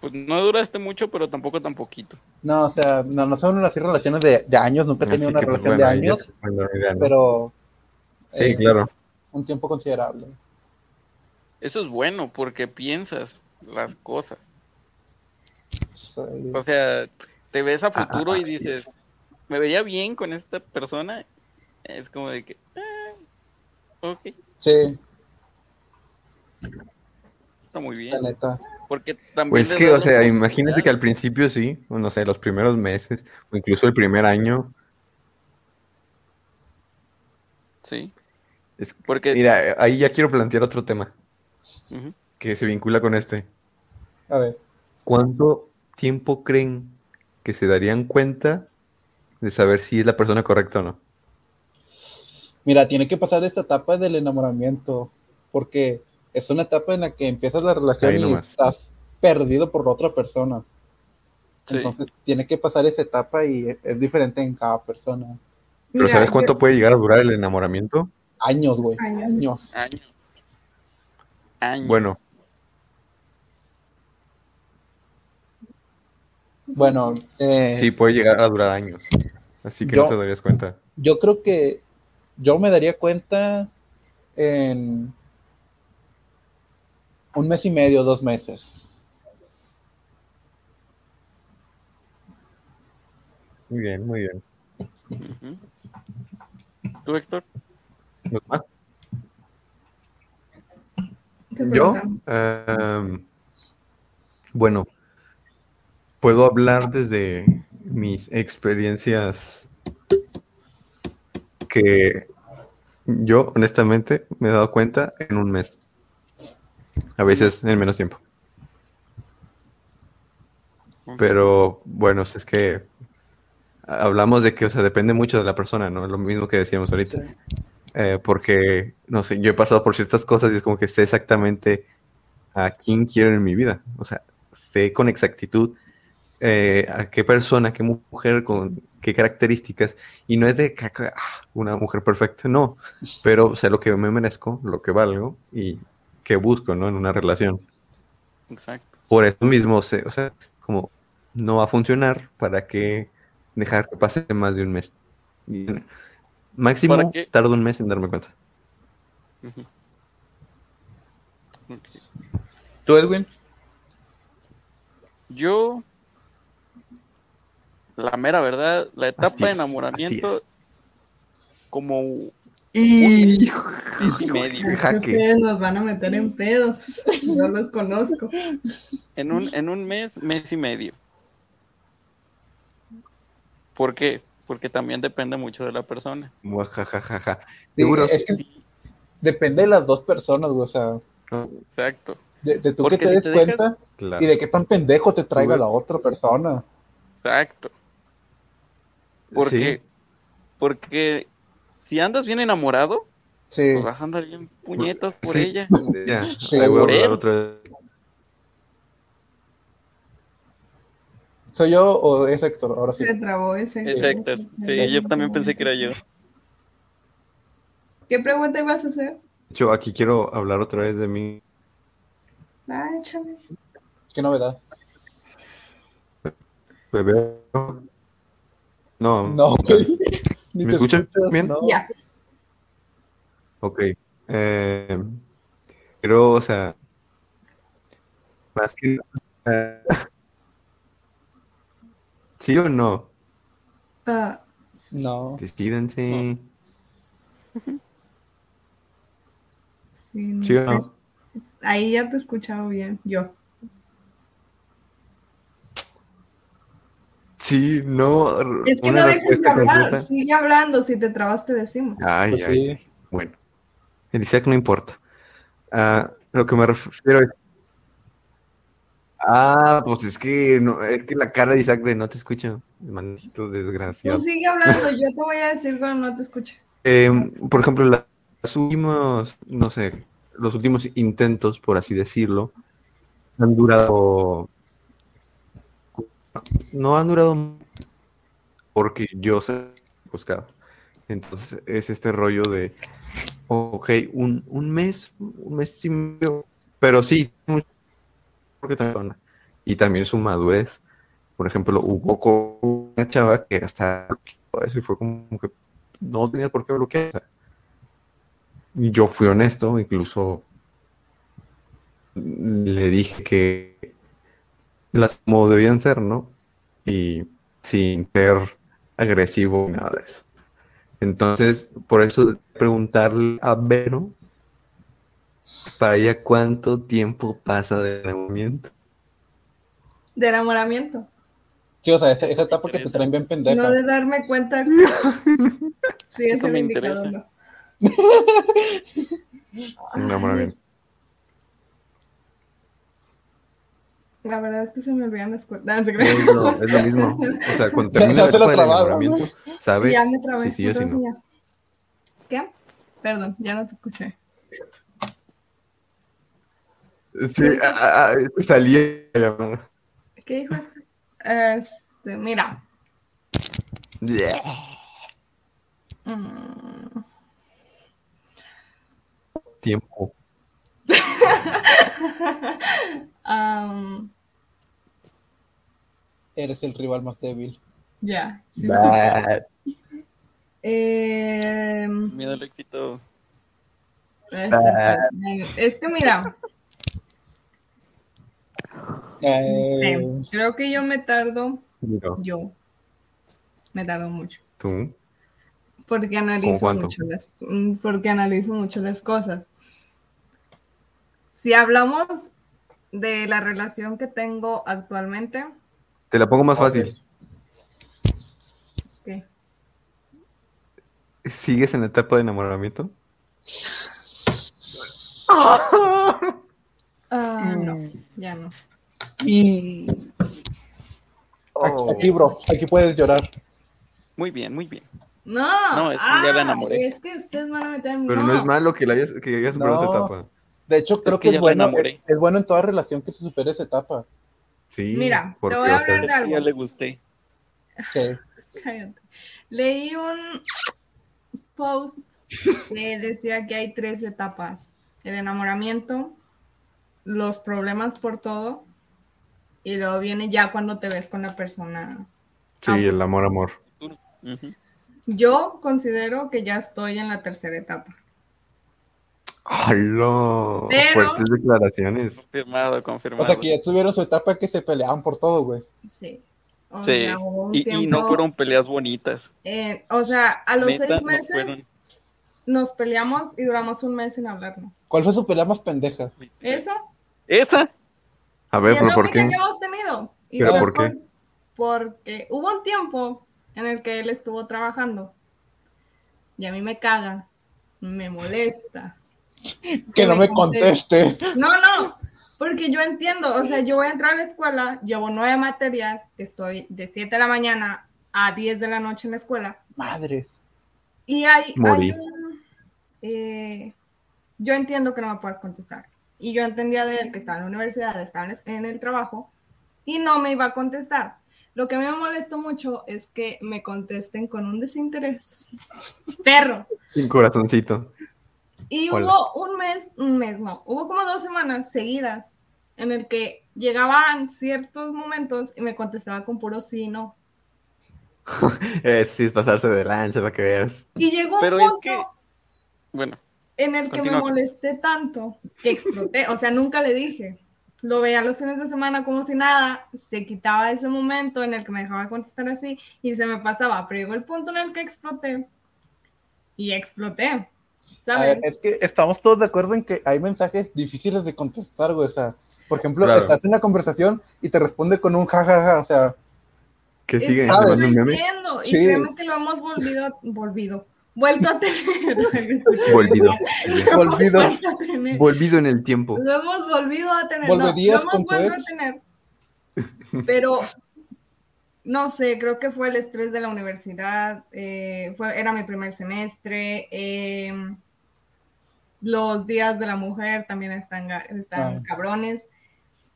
Pues no duraste mucho, pero tampoco tan poquito. No, o sea, no, no son así relaciones de, de años, nunca he tenido Así una que, pues, bueno, relación de ahí ya años, se fue la idea, ¿no? pero Sí, eh, claro. un tiempo considerable. Eso es bueno porque piensas las cosas. Soy- O sea, te ves a futuro y Ah, así dices, es. me vería bien con esta persona. Es como de que, ah, ok, Sí, está muy bien. la neta. Porque también. Pues les que, da o la sea, imagínate que oportunidad. al principio sí, o no sé, los primeros meses, o incluso el primer año. Sí, Es- porque. Mira, ahí ya quiero plantear otro tema Ujú. que se vincula con este. A ver, ¿Cuánto tiempo creen que se darían cuenta de saber si es la persona correcta o no? mira, tiene que pasar esta etapa del enamoramiento, porque es una etapa en la que empiezas la relación Ahí y nomás. estás perdido por la otra persona. Sí. Entonces tiene que pasar esa etapa y es, es diferente en cada persona. Pero mira, ¿sabes yo- cuánto puede llegar a durar el enamoramiento? Años, güey. Años. Años. Años. Años. Bueno, Bueno, eh, sí, puede llegar a durar años. Así que no yo- te darías cuenta. yo creo que yo me daría cuenta en un mes y medio, dos meses. Muy bien, muy bien. Ujú. ¿Tú, Héctor? ¿Los más? te Yo, preguntamos. Am, bueno, puedo hablar desde mis experiencias que yo honestamente me he dado cuenta en un mes, a veces en menos tiempo. Pero bueno, o sea, es que hablamos de que, o sea, depende mucho de la persona, ¿no? Lo mismo que decíamos ahorita. Eh, porque, no sé, yo he pasado por ciertas cosas y es como que sé exactamente a quién quiero en mi vida. O sea, sé con exactitud eh, a qué persona, qué mujer, con qué características. Y no es de que, ah, una mujer perfecta, no. Pero sé lo que me merezco, lo que valgo y qué busco, ¿no? En una relación Exacto. por eso mismo, se- o sea, como no va a funcionar, ¿para qué dejar que pase más de un mes? Y máximo ¿Para qué? tardo un mes en darme cuenta. Ujú. Ok. ¿Tú, Edwin? Yo, la mera verdad, la etapa Así de es, enamoramiento, así es. como un Y mes y medio. Es que jaque. Ustedes nos van a meter en pedos. No los conozco. En un, en un mes, mes y medio. ¿Por qué? porque también depende mucho de la persona. Muajajajaja. Sí, Seguro. es que depende de las dos personas, güey. O sea, Exacto, de, de tú Porque que te si des te dejas- cuenta Claro. y de qué tan pendejo te traiga Güey. la otra persona. exacto. Porque, Sí. porque si andas bien enamorado, Sí. pues vas a andar bien puñetas Es por que- ella. Ya, Sí, ahí voy a por hablar él. otra vez. ¿Soy yo o es Héctor? Ahora sí. Se trabó ese. Exacto, sí, yo también pensé que era yo. ¿Qué pregunta ibas a hacer? De hecho, aquí quiero hablar otra vez de mí. Ah, échale. Qué novedad. Me veo- No. No, güey. Ni ¿Me te escuchan escuchas, bien? no. Ya. Ok. Eh, pero, o sea, más que... eh, ¿Sí o no? Ah, pues No. Decídanse. sí, no. ¿Sí o no? Ahí ya te he escuchado bien, yo. Sí, no. Es que una no dejes de respuesta hablar, concreta. sigue hablando, si te trabas te decimos. Ay, Pues ay, sí. bueno. El Isaac no importa. Ah, lo que me refiero es... Ah, pues es que no, es que la cara de Isaac de no te escucho, maldito desgraciado. Tú sigue hablando, yo te voy a decir cuando no te escuche. Eh, por ejemplo, la- las últimas, no sé, los últimos intentos, por así decirlo, han durado, no han durado porque yo se buscaba. Entonces es este rollo de, ok, un, un mes, un mes y medio, pero sí, mucho- porque también- y también su madurez. Por ejemplo, hubo con una chava que hasta eso y fue como que no tenía por qué bloquear. O sea, y yo fui honesto, incluso le dije que las como debían ser, ¿no? Y sin ser agresivo ni nada de eso. Entonces, por eso preguntarle a Vero para ella cuánto tiempo pasa de enamoramiento. De enamoramiento. Sí, o sea, esa, esa etapa que te traen bien pendeja. No de darme cuenta. Sí, es Eso el me indicador, interesa. ¿no? Enamoramiento. La verdad es que se me olvidan las cuentas. No, Es lo, es lo mismo. O sea, cuando termina Ya la te la etapa del trabaron, ¿no? enamoramiento, ¿sabes? Ya me trabé. si sí o si no. ya. ¿Qué? Perdón, ya no te escuché. Sí, ah, ah, ah, salí a llamar. ¿Qué dijo? Este, mira. Mm, Tiempo. am, Eres el rival más débil. ya. sí, sí. Bah. Em, Miedo al éxito. Exactamente. Es que mira, no sé, Eh, creo que yo me tardo, No, yo me tardo mucho, tú. porque analizo cuánto? mucho las, mm, porque analizo mucho las cosas. Si hablamos de la relación que tengo actualmente, Te la pongo más fácil. ¿qué? ¿Sigues en la etapa de enamoramiento? Ah, no, ya no. y Oh. aquí, bro, aquí puedes llorar. Muy bien, muy bien. No, No, es que ya la ah, enamoré. Es que ustedes van a meter en Pero no es malo que la hayas, que hayas superado No. esa etapa. De hecho, creo que que, ya es me bueno, enamoré. es, es bueno en toda relación que se supere esa etapa. Sí. Mira, porque te voy a hablar vas de Ya le algo. gusté. Sí. Cállate. Leí un post que decía que hay tres etapas: el enamoramiento, los problemas por todo, y luego viene ya cuando te ves con la persona. Sí, el amor, amor. Ujú. Yo considero que ya estoy en la tercera etapa. ¡Aló! Pero- Fuertes declaraciones. Confirmado, O confirmado. sea, que ya tuvieron su etapa que se peleaban por todo, güey. Sí. O Sí, sea, hubo un y, y tiempo, no fueron peleas bonitas. eh, o sea, a los Neta, seis no meses fueron. nos peleamos y duramos un mes sin hablarnos. ¿Cuál fue su pelea más pendeja? Eso. Esa. A Y ver, es pero la ¿por única qué? que hemos tenido. Y ¿Pero fue por qué? Porque hubo un tiempo en el que él estuvo trabajando. Y a mí me caga, me molesta. Que no me conteste. No, no, porque yo entiendo, o sea, yo voy a entrar a la escuela, llevo nueve materias, estoy de 7 de la mañana a 10 de la noche en la escuela. Madres. Y hay, Morí. hay un, eh, yo entiendo que no me puedas contestar. Y yo entendía de él que estaba en la universidad, estaba en es- en el trabajo, y no me iba a contestar. Lo que a mí me molestó mucho es que me contesten con un desinterés. Perro. Un corazoncito. Y Hola. hubo un mes, un mes no, hubo como dos semanas seguidas en el que llegaban ciertos momentos y me contestaban con puro sí y no. Eso sí es pasarse de lanza para que veas. Y llegó un Pero es punto que, bueno, en el que Continúa. me molesté tanto que exploté, o sea, nunca le dije. Lo veía los fines de semana como si nada, se quitaba ese momento en el que me dejaba contestar así y se me pasaba, pero llegó el punto en el que exploté y exploté, A ver, ¿sabes? es que estamos todos de acuerdo en que hay mensajes difíciles de contestar, güey. O sea, por ejemplo, Claro. estás en una conversación y te responde con un jajaja. o sea, Que Es- sigue ah, te lo mando un meme. entiendo, y Sí. créeme que lo hemos volvido, volvido, vuelto a tener. Volvido. Volvido. Vuelto a tener. Volvido en el tiempo. Lo hemos volvido a tener. No, lo Volverías hemos con tu vuelto a ex. tener. Pero no sé, creo que fue el estrés de la universidad. eh, fue, era mi primer semestre. eh, los días de la mujer también están, ga- están Ah. cabrones.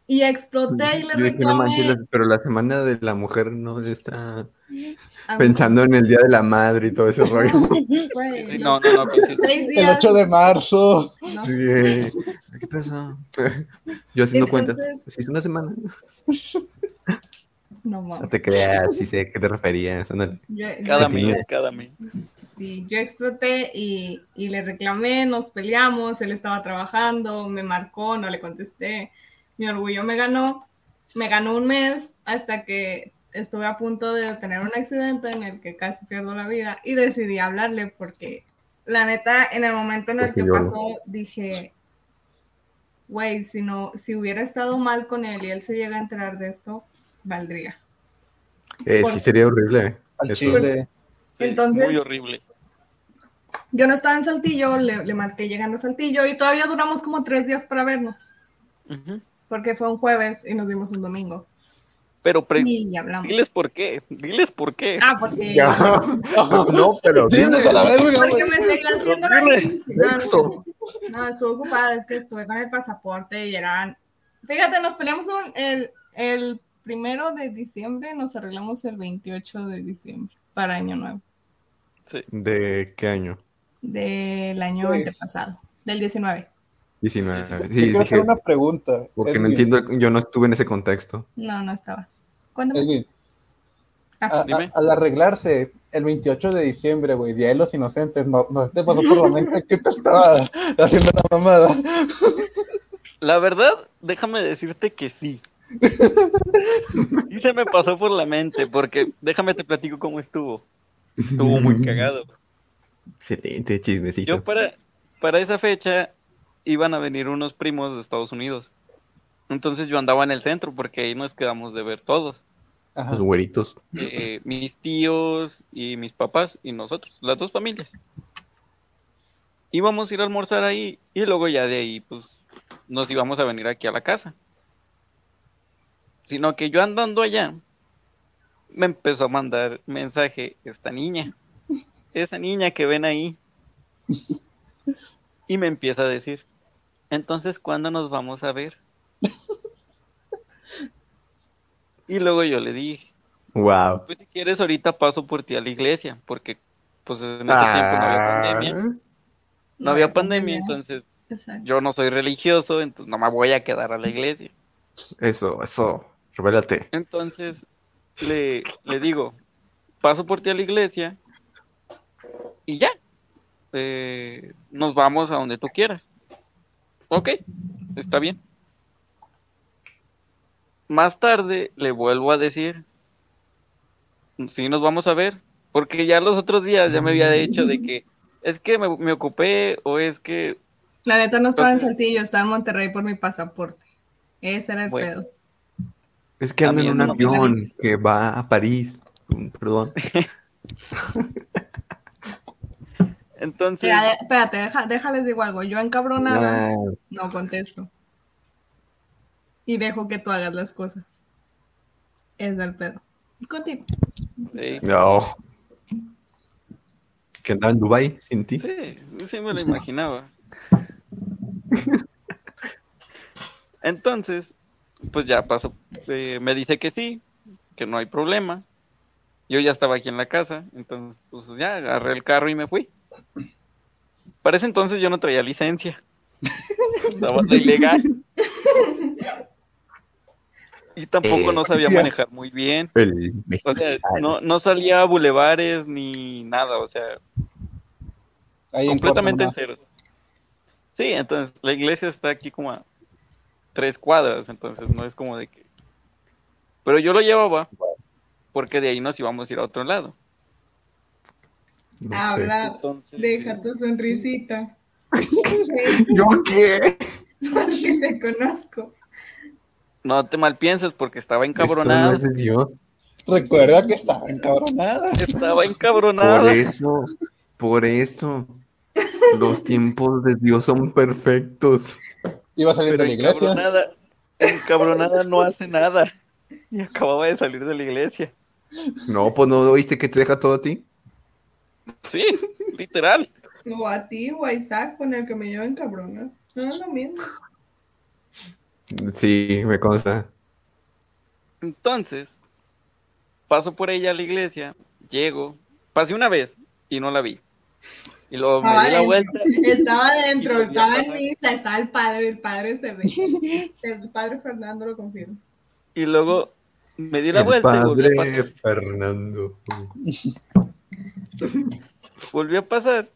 Y exploté y le Yo dije, no manches, reclamé. la- pero la semana de la mujer no está a mi- pensando en el día de la madre y todo ese rollo. güey, sí, no, los no, no, coincido. Seis el días. 8 de marzo. ¿no? Sí, eh, ¿Qué pasó? Yo haciendo cuentas. Entonces- Si es una semana. No, Ah. No mames. te creas, sí sé a qué te referías. ándale. Yo- cada Continúa. mes, cada mes. Sí, yo exploté y, y le reclamé, nos peleamos, él estaba trabajando, me marcó, no le contesté, mi orgullo me ganó, me ganó un mes hasta que estuve a punto de tener un accidente en el que casi pierdo la vida y decidí hablarle porque la neta en el momento en el Porque que lloro. pasó dije, güey, si no, si hubiera estado mal con él y él se llega a enterar de esto, valdría. Eh, sí, sería horrible. Al Eso. chile. Sí, Entonces- Muy horrible. Yo no estaba en Saltillo, le, le marqué llegando a Saltillo y todavía duramos como tres días para vernos, Ujú. porque fue un jueves y nos vimos un domingo. Pero pre- Y hablamos. diles por qué, diles por qué. Ah, porque, No, no, pero Dinos a la verga, porque güey. me seguía haciendo la Esto. No, no, estuve ocupada, es que estuve con el pasaporte y eran... Fíjate, nos peleamos un- el, el primero de diciembre, nos arreglamos el 28 de diciembre para Año Nuevo, ¿De qué año? del año Sí. antepasado, del 19. 19. Yo Sí, quiero hacer dije, una pregunta. porque no Edwin. entiendo, yo no estuve en ese contexto. No, no estabas. Cuéntame. Edwin, Ah. a- a- Dime. al arreglarse el 28 de diciembre, güey, Día de los Inocentes, no, no se te pasó por la mente que te estaba haciendo la mamada. La verdad, déjame decirte que sí. Sí se me pasó por la mente, porque déjame te platico cómo estuvo. Estuvo muy cagado. Excelente chismecito. Yo para, para esa fecha iban a venir unos primos de Estados Unidos. Entonces yo andaba en el centro porque ahí nos quedamos de ver todos. Ajá. Los güeritos. Eh, mis tíos y mis papás y nosotros, las dos familias. Íbamos a ir a almorzar ahí y luego ya de ahí pues nos íbamos a venir aquí a la casa. Sino que yo andando allá me empezó a mandar mensaje esta niña. Esa niña que ven ahí. Y me empieza a decir, entonces, ¿cuándo nos vamos a ver? Y luego yo le dije, Wow. pues si quieres, ahorita paso por ti a la iglesia, porque pues en ese tiempo no había pandemia. Ah, No había pandemia, entonces Exacto. yo no soy religioso, entonces no me voy a quedar a la iglesia. eso, eso. Revélate. Entonces le, le digo, paso por ti a la iglesia y ya. Eh, nos vamos a donde tú quieras. Ok, está bien. Más tarde le vuelvo a decir, si nos vamos a ver, porque ya los otros días ya me había dicho de que es que me, me ocupé o es que La neta no estaba en Entonces- Saltillo, estaba en Monterrey por mi pasaporte. Ese era el Bueno. pedo. Es que ando en un También no me avión parece. que va a París. Mm, Perdón. Entonces, Espera, espérate, deja- déjales digo algo. Yo encabronada Nah, no contesto. Y dejo que tú hagas las cosas. Es del pedo. Contigo. eh, oh, No. que andaba en Dubai sin ti. Sí, sí me lo imaginaba. Entonces, pues ya pasó. eh, me dice que sí, que no hay problema. Yo ya estaba aquí en la casa, entonces pues ya agarré el carro y me fui. Para ese entonces yo no traía licencia. Estaba de ilegal. Y tampoco Eh, no sabía policía. manejar muy bien. El O sea, no, no salía a bulevares ni nada, o sea, Ahí en completamente en Cuernavaca. ceros. Sí, entonces la iglesia está aquí como a tres cuadras, entonces no es como de que. Pero yo lo llevaba porque de ahí nos íbamos a ir a otro lado. no Ah, sé. Habla, Entonces, Ah, deja tu sonrisita. ¿Yo qué? Porque te conozco. no te mal pienses porque estaba Esto no encabronada. es de Dios. Recuerda que estaba encabronada. Estaba Por encabronada. eso, por eso. Los tiempos de Dios son perfectos. Iba a salir Pero de la iglesia. encabronada, encabronada no hace nada. Y acababa de salir de la iglesia. No, pues no oíste que te deja todo a ti. Sí, literal. O a ti o a Isaac con el que me llevan cabrona. No es lo mismo. Sí, me consta. Entonces, paso por ella a la iglesia, llego, pasé una vez y no la vi. Y luego me Ah, di la vale. vuelta. Estaba adentro, Y volvió a estaba en pasar. misa, estaba el padre, el padre se ve. El padre Fernando lo confirma. Y luego me di la El vuelta y volví a padre pasar. Fernando. Volví a pasar.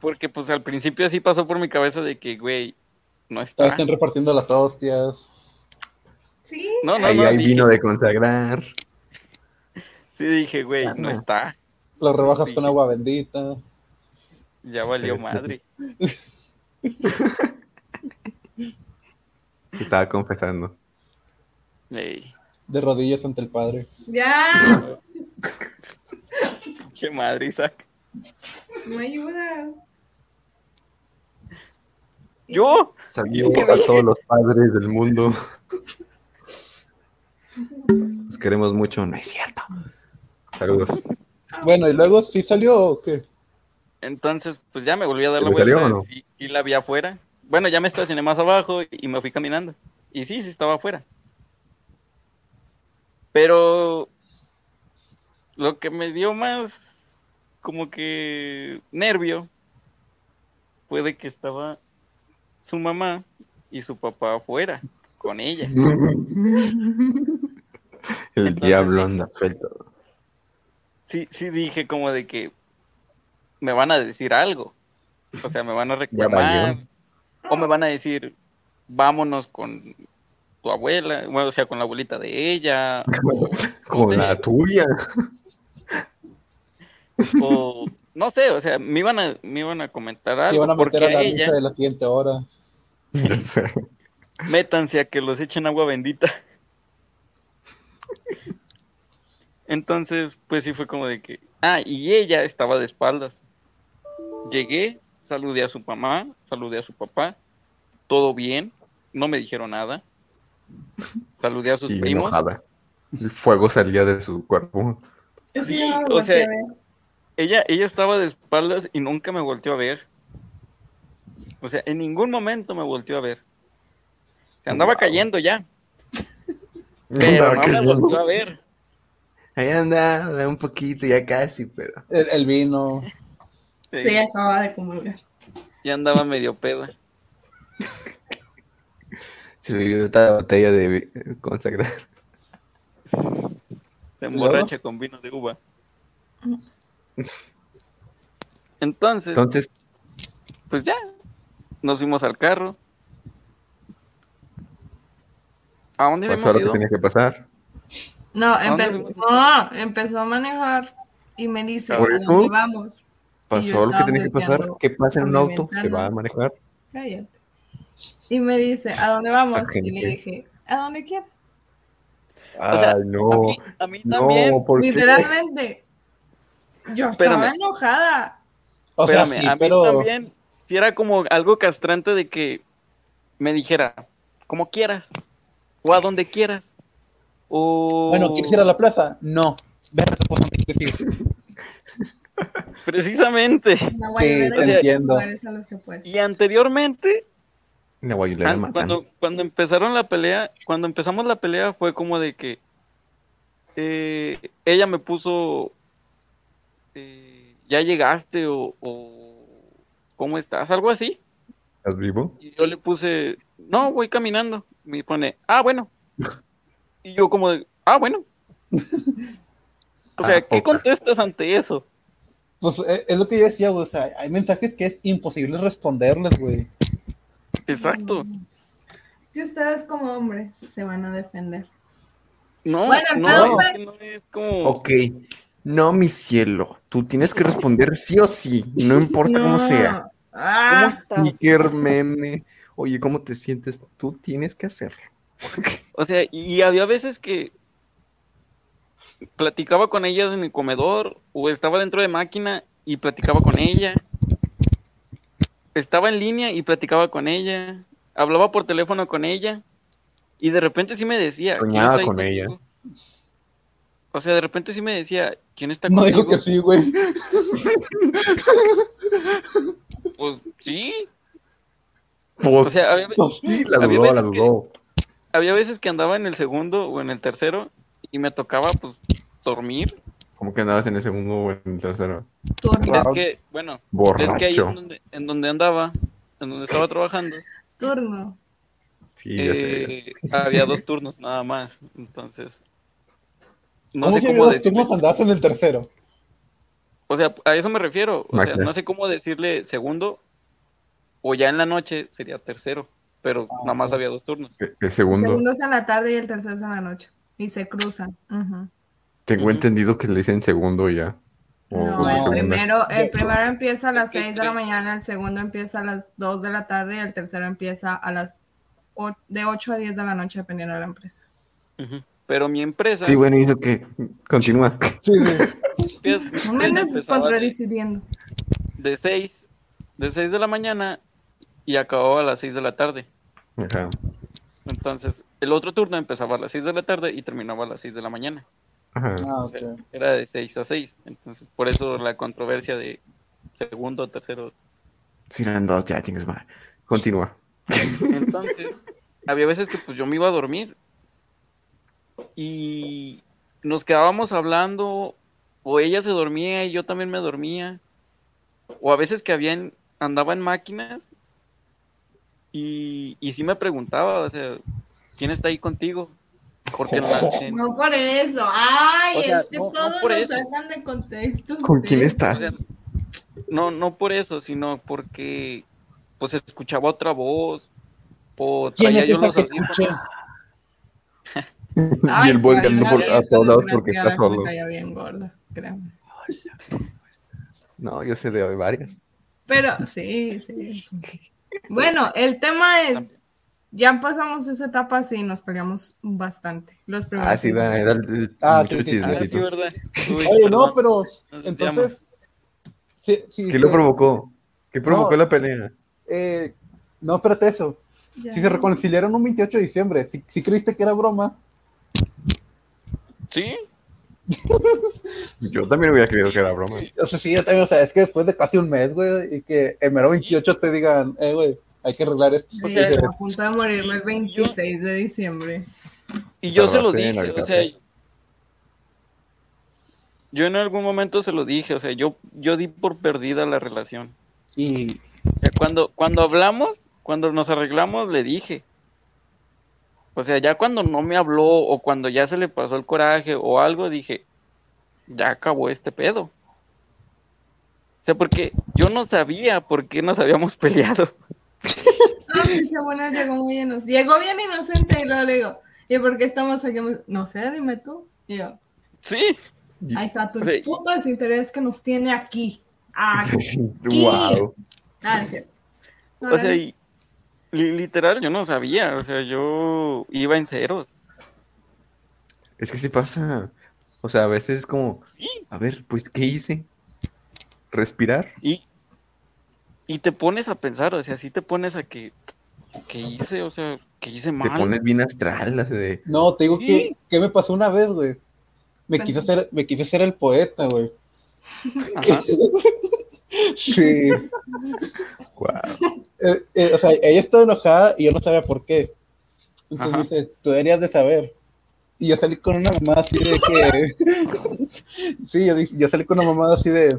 Porque pues al principio sí pasó por mi cabeza de que, güey, no Ahí está. están repartiendo las hostias. Sí, No, no, Ahí no. hay dije- vino de consagrar. Sí dije, güey, Ah, no está. Las rebajas Sí. con agua bendita. Ya valió madre. que Estaba confesando. Ey, De rodillas ante el padre. ya, pinche madre, Isaac. no ayudas. ¿Yo? Saludos a todos los padres del mundo. Los queremos mucho, no es cierto. Saludos. Ah. Bueno, y luego sí salió o qué? Entonces, pues ya me volví a dar la ¿Te salió vuelta o no? sí, y la vi afuera. Bueno, ya me estacioné más abajo y- y me fui caminando. Y sí, sí estaba afuera. Pero lo que me dio más como que nervio fue de que estaba su mamá y su papá afuera con ella. El Entonces- diablo anda suelto. Sí, sí dije como de que me van a decir algo. O sea, me van a reclamar. valió. O me van a decir, vámonos con tu abuela, bueno, o sea, con la abuelita de ella, Con la tuya. o no sé, o sea, me iban a, me iban a comentar Te algo, iban a meter porque a la a misa ella, de la siguiente hora. No sé. métanse a que los echen agua bendita. Entonces, pues sí fue como de que, ah, y ella estaba de espaldas. Llegué, saludé a su mamá, saludé a su papá, todo bien, no me dijeron nada. Saludé a sus Y primos. enojada. El fuego salía de su cuerpo. Es que Sí, yo no me o volteé sea- a ver. Ella, ella estaba de espaldas y nunca me volteó a ver. O sea, en ningún momento me volteó a ver. Se andaba Wow. cayendo ya, pero no me volteó a ver. Ahí anda, da un poquito, ya casi, pero. El, el vino. Sí, Sí, acaba de comulgar. ya andaba medio peda. Se le dio otra botella de vi- consagrar. Se emborracha con vino de uva. Entonces, Entonces, pues ya, nos fuimos al carro. ¿A dónde pasó habíamos lo pues que ido? tenía que pasar. No, ¿A dónde empe- fuimos? no, empezó a manejar y me dice, ¿a ¿Por eso? dónde vamos? Y yo Pasó lo que estaba tenía que pasar. volteando ¿Qué pasa en un a mi auto? Se ventana. va a manejar. Cállate. Y me dice, ¿a dónde vamos? La Y le gente. dije, ¿a dónde quieres? O sea, Ay, no. a mí, a mí No, también. ¿por qué? Literalmente. Yo estaba Espérame. enojada. O Espérame, sea, sí, a mí pero también. Si era como algo castrante de que me dijera, como quieras, o a donde quieras. O... bueno, ¿quieres ir a la plaza? No. Ve a tu esposa antes que sí. Precisamente. La Sí, guayabera te o de sea, entiendo. lugares a los que puedes. Y anteriormente, La guayulera An- matan. Ah, cuando, cuando empezaron la pelea, cuando empezamos la pelea fue como de que eh, ella me puso eh, ya llegaste o, o, cómo estás, algo así. ¿Estás vivo? Y yo le puse, no, voy caminando. Me pone, ah, bueno. Y yo como de, ah, bueno. O sea, Ah, ¿qué ok. contestas ante eso? Pues eh, es lo que yo decía, güey. O sea, hay mensajes que es imposible responderles, güey. Exacto. Si ustedes como hombres se van a defender. No, Bueno, no, no, es que no es como... Ok. No, mi cielo. Tú tienes que responder sí o sí. No importa cómo sea. Ah, Sticker, meme. Oye, ¿cómo te sientes? Tú tienes que hacerlo. O sea, y había veces que platicaba con ella en el comedor o estaba dentro de máquina y platicaba con ella. Estaba en línea y platicaba con ella. Hablaba por teléfono con ella. Y de repente sí me decía. ¿quién Soñaba está ahí con contigo? ella. O sea, de repente sí me decía, ¿quién está No digo contigo? que sí, güey. Pues sí. Pues, O sea, había, Pues, sí, la había dudó, la veces que- dudó. había veces que andaba en el segundo o en el tercero y me tocaba pues dormir. ¿Cómo que andabas en el segundo o en el tercero? tu horrible. Es Claro. que, bueno, Borracho. Es que ahí en donde, en donde andaba, en donde estaba trabajando, turno. Sí, ya sé. eh, había dos turnos nada más. Entonces, no ¿Cómo sé si cómo los decirle. turnos andabas en el tercero? O sea, a eso me refiero. O sea, Máquina. no sé cómo decirle segundo o ya en la noche sería tercero, pero nada más había dos turnos. El, el El segundo. segundo es en la tarde y el tercero es en la noche. Y se cruzan. Ujú. Tengo Ujú. entendido que le dicen segundo y ya. O No, o el segunda. Oh, segunda. primero, el primero empieza a las Es que 6 de la sí. mañana, el segundo empieza a las 2 de la tarde y el tercero empieza a las o- de 8 a 10 de la noche, dependiendo de la empresa. Ujú. Pero mi empresa, Sí, bueno, y eso que continúa. Sí, güey. empie- mi No me empresa andes empezaba de, contradiciendo. de seis, de seis de la mañana y acababa a las seis de la tarde. Ajá. Entonces, el otro turno empezaba a las seis de la tarde y terminaba a las seis de la mañana. Ajá. Ah, O ok. sea, era de 6 a 6. Entonces, por eso la controversia de segundo, tercero. Sí, eran dos, ya, chingues madre. Continúa. Entonces, había veces que pues yo me iba a dormir. Y nos quedábamos hablando, o ella se dormía y yo también me dormía. O a veces que había en- andaba en máquinas. Y, y sí me preguntaba, o sea, ¿quién está ahí contigo? Porque en la- en- No por eso. Ay, O sea, es que no- no todos por lo eso. sacan de contexto. ¿Con quién ustedes. está? O sea, no, no por eso, sino porque pues escuchaba otra voz o ¿Quién traía es yo esa los que audífonos. Ah, escuché? y Ay, el sí, volteando hay por una a todos lados desgraciada porque está que me solo. caía bien gorda, créanme. No, yo sé de varias. Pero sí, sí. Bueno, el tema es, ya pasamos esa etapa así, nos peleamos bastante. Los primeros. Ah, sí, da, era el, el- Ah, mucho sí, sí. Ah, sí, chismecito. ¿verdad? Uy, Oye, no, perdón, pero nos desviamos. entonces. Sí, sí, ¿Qué lo sí. provocó? ¿Qué provocó No. la pelea? Eh, no, espérate eso. Ya. Si se reconciliaron un 28 de diciembre, si, si creíste que era broma, Sí, Yo también hubiera creído que era broma. o sea, sí, yo también, o sea, es que después de casi un mes, güey, y que en mero 28 te digan, eh, güey, hay que arreglar esto. Sí, porque sea, se- a punto de morirme el 26 de diciembre. y yo se lo Tardaste en dije, o avisarte. sea, yo en algún momento se lo dije, o sea, yo, yo di por perdida la relación. Y O sea, cuando, cuando hablamos, cuando nos arreglamos, le dije. O sea, ya cuando no me habló o cuando ya se le pasó el coraje o algo, dije, ya acabó este pedo. O sea, porque yo no sabía por qué nos habíamos peleado. Ah, sí, según él llegó muy inocente. Llegó bien inocente y luego le digo, ¿y por qué estamos aquí? Me dice, No sé, dime tú. Y yo, Sí, ahí está tu Sí. puto desinterés que nos tiene aquí. Aquí. wow. Ah, es cierto. o sea, y, li- literal, yo no sabía. O sea, yo iba en ceros. Es que sí pasa. O sea, a veces es como, Sí, a ver, pues, ¿qué hice? ¿Respirar? Y, y te pones a pensar, o sea, si te pones a que, ¿qué hice? O sea, ¿qué hice Te mal? pones bien astral, así de, No, te digo Sí. que, que me pasó una vez, güey. Me quise hacer, me quise hacer el poeta, güey. Ajá. Sí. "Guau". Eh, eh, o sea, ella estaba enojada y yo no sabía por qué. Entonces Ajá. me dice, tú deberías de saber. Y yo salí con una mamá así de que... sí, yo, dije- yo salí con una mamá así de...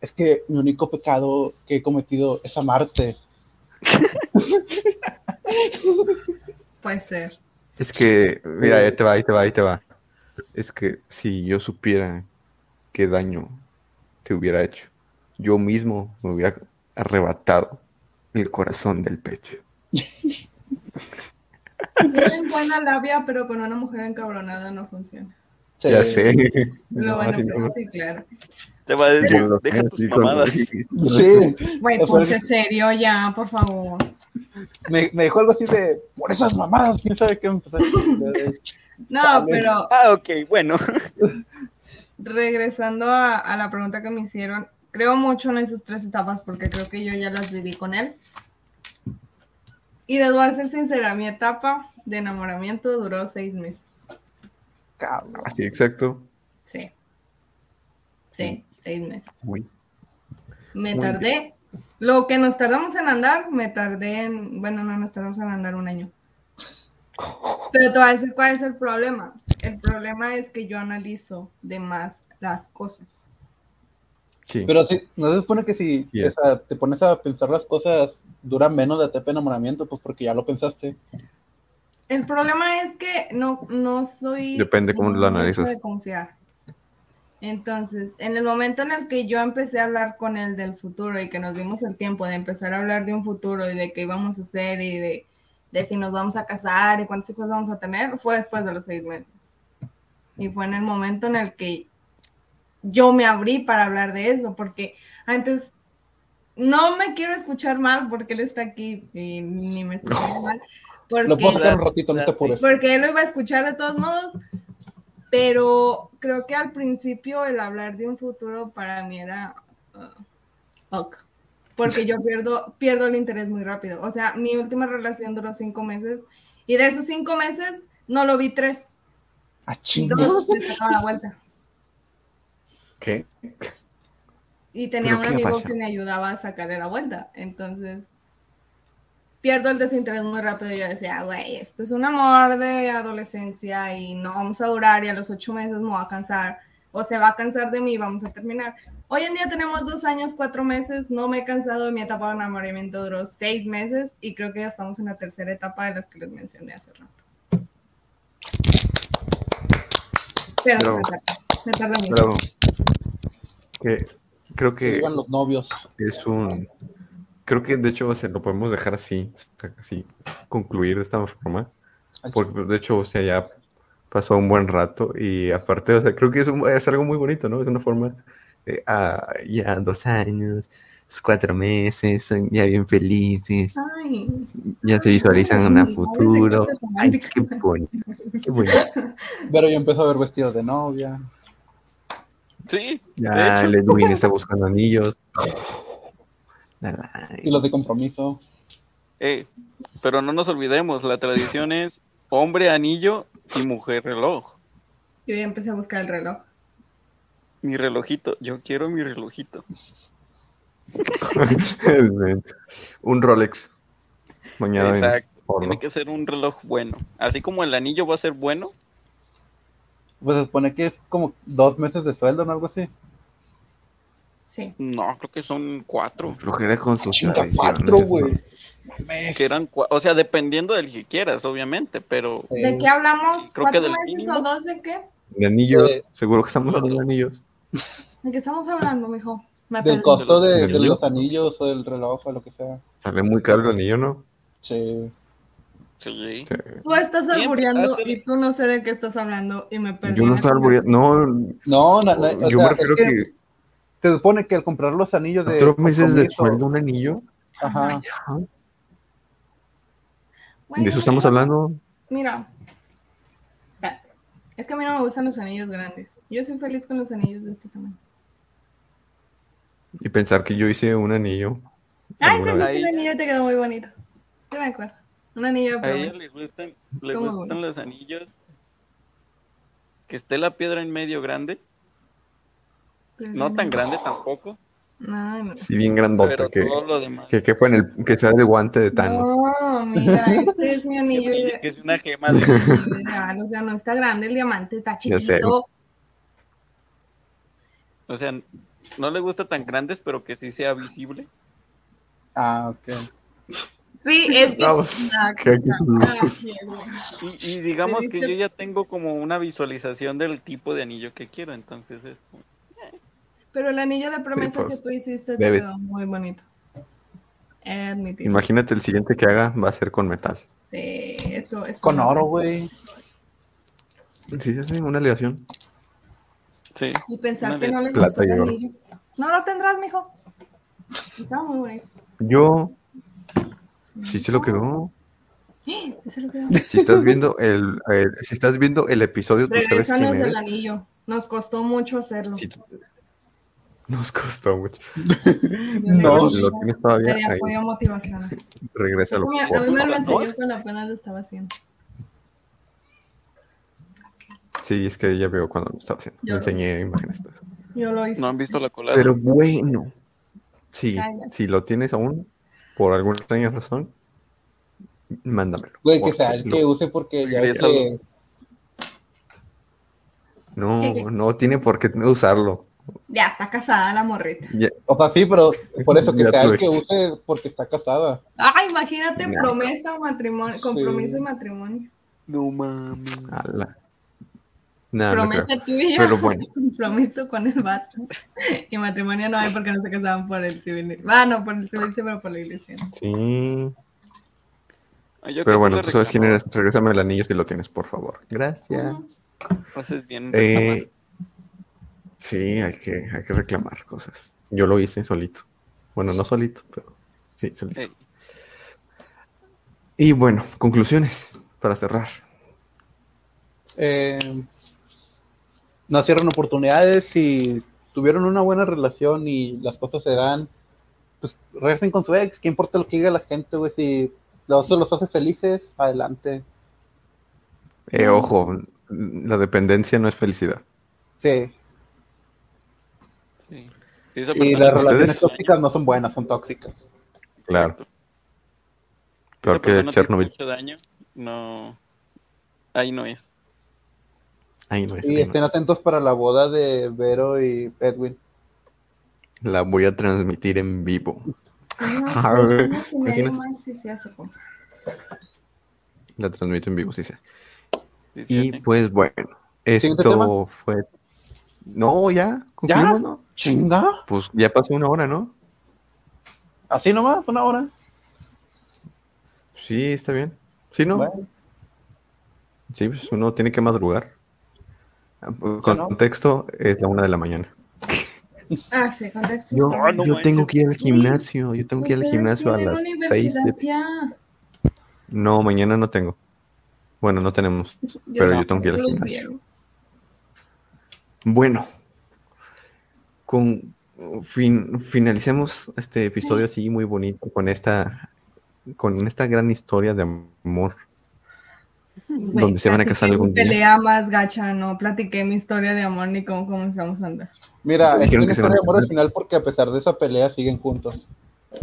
Es que mi único pecado que he cometido es amarte. Puede ser. Es que, mira, ahí te va, ahí te va, ahí te va. Es que si yo supiera qué daño te hubiera hecho, yo mismo me hubiera arrebatado el corazón del pecho. Tienen buena labia, pero con una mujer encabronada no funciona. Sí. Ya sé. No, Lo van a así no. pensar, sí, claro. Te va a decir, Con los deja ojos tus así, con- mamadas. Sí, Güey, O sea, pues, ponse serio ya, por favor. me, me dijo algo así de... Por esas mamadas, quién sabe qué me pasó. No, Chale. pero Ah, ok, bueno. regresando a, a la pregunta que me hicieron, creo mucho en esas tres etapas porque creo que yo ya las viví con él. Y les voy a ser sincera, mi etapa de enamoramiento duró seis meses. Cabrón. Así, exacto. Sí. Sí, seis meses. Uy. Me Muy tardé. Lo que nos tardamos en andar, me tardé en. Bueno, no nos tardamos en andar un año. Pero te voy a decir cuál es el problema. El problema es que yo analizo de más las cosas. Sí. Pero sí, no se supone que si Yeah. o sea, te pones a pensar las cosas dura menos la etapa de enamoramiento, pues porque ya lo pensaste. El problema es que no, no soy. Depende cómo lo no analizas. mucho de confiar. Entonces, en el momento en el que yo empecé a hablar con él del futuro y que nos dimos el tiempo de empezar a hablar de un futuro y de qué íbamos a hacer y de, de si nos vamos a casar y cuántos hijos vamos a tener, fue después de los seis meses. Y fue en el momento en el que yo me abrí para hablar de eso, porque antes no me quiero escuchar mal porque él está aquí y ni me escucha mal. Porque Lo puedo sacar un Claro, ratito, no te claro. apures. porque él lo iba a escuchar de todos modos, pero creo que al principio el hablar de un futuro para mí era uh, ok, porque yo pierdo, pierdo el interés muy rápido. O sea, mi última relación duró cinco meses y de esos cinco meses no lo vi tres, Ah, dos chingas. le sacaba la vuelta. ¿Qué? Y tenía ¿Pero un qué amigo pasa? que me ayudaba a sacarle la vuelta. Entonces, pierdo el desinterés muy rápido. Yo decía, güey, esto es un amor de adolescencia y no vamos a durar y a los ocho meses me va a cansar o se va a cansar de mí y vamos a terminar. Hoy en día tenemos dos años, cuatro meses, no me he cansado de mi etapa de enamoramiento, duró seis meses y creo que ya estamos en la tercera etapa de las que les mencioné hace rato. Pero sí Bravo. me tardé, me tardé mucho. Bravo. Que, creo Que que vivan los novios. es un... Creo que de hecho o sea, lo podemos dejar así, o sea, así, concluir de esta forma. Ay, Porque de hecho, o sea, ya pasó un buen rato y aparte, o sea, creo que es, un- es algo muy bonito, ¿no? Es una forma, de, ah, ya dos años, cuatro meses, son ya bien felices, Ay. ya se visualizan en Ay, el futuro. Ay, qué bonito, qué bonito. Pero yo empezó a ver vestidos de novia. Sí, Ya hecho. el Edwin está buscando anillos. Nada. Y los de compromiso. eh, pero no nos olvidemos, la tradición es hombre anillo y mujer reloj. Yo ya empecé a buscar el reloj. Mi relojito, yo quiero mi relojito. Un Rolex. Mañana Exacto. Tiene que ser un reloj bueno. Así como el anillo va a ser bueno, Pues se supone que es como dos meses de sueldo o algo así. Sí. no, creo que son cuatro. Flojera con sus Chinga, tradiciones, cuatro, ¿no? güey. Me- Que eran, cua- o sea, dependiendo del que quieras, obviamente, pero ¿De qué hablamos? Creo que ¿Cuatro del meses mínimo. o dos de qué? De anillos, Eh, seguro que estamos hablando de anillos. ¿De qué estamos hablando, mijo? Me Del perdí. costo de, ¿Del de anillo? los anillos o del reloj o lo que sea. Sale muy caro el anillo, ¿no? Sí. sí. Tú estás Siempre albureando hace- y tú no sé de qué estás hablando y me perdí. Yo no la estaba final. albureando- No, No, na- na- o yo sea, me refiero es que que se supone que al comprar los anillos de cuatro meses de compromiso- sueldo un anillo. Ajá. Bueno, De eso estamos hablando. Mira. Espérate. Es que a mí no me gustan los anillos grandes. Yo soy feliz con los anillos de este tamaño. Y pensar que yo hice un anillo. Ay, alguna te vez. hiciste un anillo y te quedó muy bonito. Yo me acuerdo. Un anillo de A ellos promesa. les gustan, les ¿Cómo, gustan güey? los anillos. Que esté la piedra en medio grande. No tan grande tampoco. No, no. Sí, bien grandota. Pero Que, todo lo demás. que quepa en el, que sea el guante de Thanos. No, mira, este es mi Que anillo brille, que de- es una gema de. ideal. O sea, no está grande el diamante, está Ya sé. chiquito. O sea, no le gusta tan grandes, pero que sí sea visible. Ah, ok. Sí, es que. Vamos, Ah, que aquí son ah, los- qué bueno. Y, y digamos Te que diste- yo ya tengo como una visualización del tipo de anillo que quiero, entonces es como- Pero el anillo de promesa Sí, pues, que tú hiciste te debes. quedó muy bonito. He de admitirlo. Imagínate el siguiente que haga va a ser con metal. Sí, esto es Con oro, güey. Sí, sí, sí, una aleación. Sí. Y pensar Una que no le plata gustó el y oro. anillo. No lo tendrás, mijo. Está muy bonito. Yo, sí se lo quedó. Sí, se lo quedó. Si estás viendo el, el- si estás viendo el episodio, tú sabes quién Regrésanos eres. el anillo. Nos costó mucho hacerlo. Sí, tú- Nos costó mucho. Yo No. le- Lo tienes todavía de ahí. apoyo motivacional. Regrésalo. Mira, por a mí me lo favor. enseñó cuando apenas lo estaba haciendo. Sí, es que ya veo cuando lo estaba haciendo. Yo Me lo- enseñé imágenes. todo eso. Yo lo hice. No han visto la colada. Pero bueno. Sí, Cállate. si lo tienes aún, por alguna extraña razón, mándamelo. Güey, que porque sea el que lo- use porque ya ves Regrésalo. que... No, no tiene por qué usarlo. Ya está casada la morrita. Ya- O sea, sí, pero por eso que Ya sea tú el que dijiste. use porque está casada. Ah, imagínate Nah. promesa o matrimonio, compromiso y matrimonio. No mames. ala. Ah, No, no creo. promesa tuya. Pero bueno. Compromiso con el vato. Y matrimonio no hay porque no se casaban por el civil. Ah, no, por el civil, sí, pero por la iglesia. no. Sí. Ah, yo creo que Pero bueno, le tú sabes quién reclamaba. eres. Regrésame el anillo si lo tienes, por favor. Gracias. Ah, Haces bien. reclamar. Eh, sí, hay que, hay que reclamar cosas. Yo lo hice solito. Bueno, no solito, pero sí, solito. Ey. Y bueno, conclusiones para cerrar. Eh, no cierran oportunidades. Si tuvieron una buena relación y las cosas se dan, pues regresen con su ex. ¿Qué importa lo que diga la gente, güey? Si los los hace felices, adelante. Mm. Eh, ojo, la dependencia no es felicidad. Sí. Sí. Si esa Y persona las no- relaciones ustedes- tóxicas no son buenas, son tóxicas. Claro. Exacto. Si Peor esa persona que te hizo Chernobyl. mucho daño, no. Ahí no es. Ahí no es, Y ahí no estén es. atentos para la boda de Vero y Edwin. La voy a transmitir en vivo. A Unos ver, años y medio ¿imaginas? más sí se hace compa. La transmito en vivo, sí sé. Sí, sí, Y sí. pues bueno, esto tema? fue. No, ya, concluimos, ¿no? ¿Chinga? Pues ya pasó una hora, ¿no? ¿Así nomás? ¿Una hora? Sí, está bien. Sí, ¿no? Bueno, Sí, pues uno tiene que madrugar. Ah, pues, Ya no. Contexto, es la una de la mañana. Ah, sí, contexto. Yo, está Ah, no yo manches. tengo que ir al gimnasio, yo tengo que ir al Ustedes gimnasio a tienen las seis, universidad siete. ya. No, mañana no tengo. Bueno, no tenemos. Pero yo tengo que ir al los gimnasio. vieron. Bueno, con fin, finalicemos este episodio así muy bonito con esta con esta gran historia de amor. Güey, Donde se van a casar platiqué algún mi día. Pelea más gacha, no platiqué mi historia de amor ni cómo comenzamos a andar. Mira, Dijeron es una que se van a historia de amor casar. al final porque a pesar de esa pelea siguen juntos.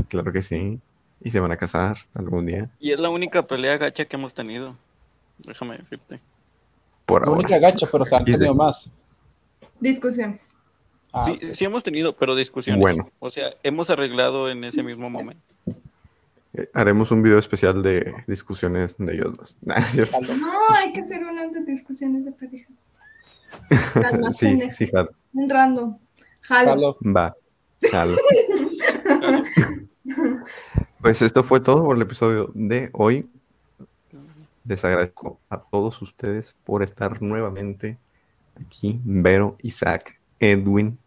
Claro que sí. Y se van a casar algún día. Y es la única pelea gacha que hemos tenido. Déjame decirte. Por No ahora. única gacha, pero se han Y de- tenido más. Discusiones. Ah, Sí, sí hemos tenido, pero discusiones. Bueno. O sea, hemos arreglado en ese mismo momento. Eh, Haremos un video especial de discusiones de ellos dos. Nah, es cierto. No, hay que hacer una de discusiones de pareja. Las más Sí, pendejas. sí, jalo. Un random. Jalo. Jalo. Va. jalo. Pues esto fue todo por el episodio de hoy. Les agradezco a todos ustedes por estar nuevamente aquí. Vero, Isaac, Edwin.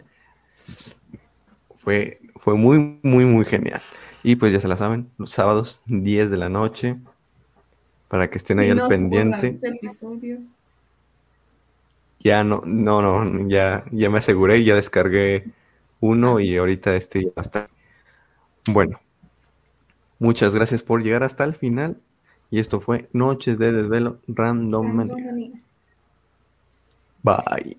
Fue, fue muy, muy, muy genial. Y pues ya se la saben, los sábados 10 de la noche, para que estén ahí Y al nos pendiente. guardan los episodios. Ya no, no, no, ya, ya me aseguré, ya descargué uno y ahorita este ya está. Bueno, muchas gracias por llegar hasta el final. Y esto fue Noches de Desvelo Random Manía. Bye.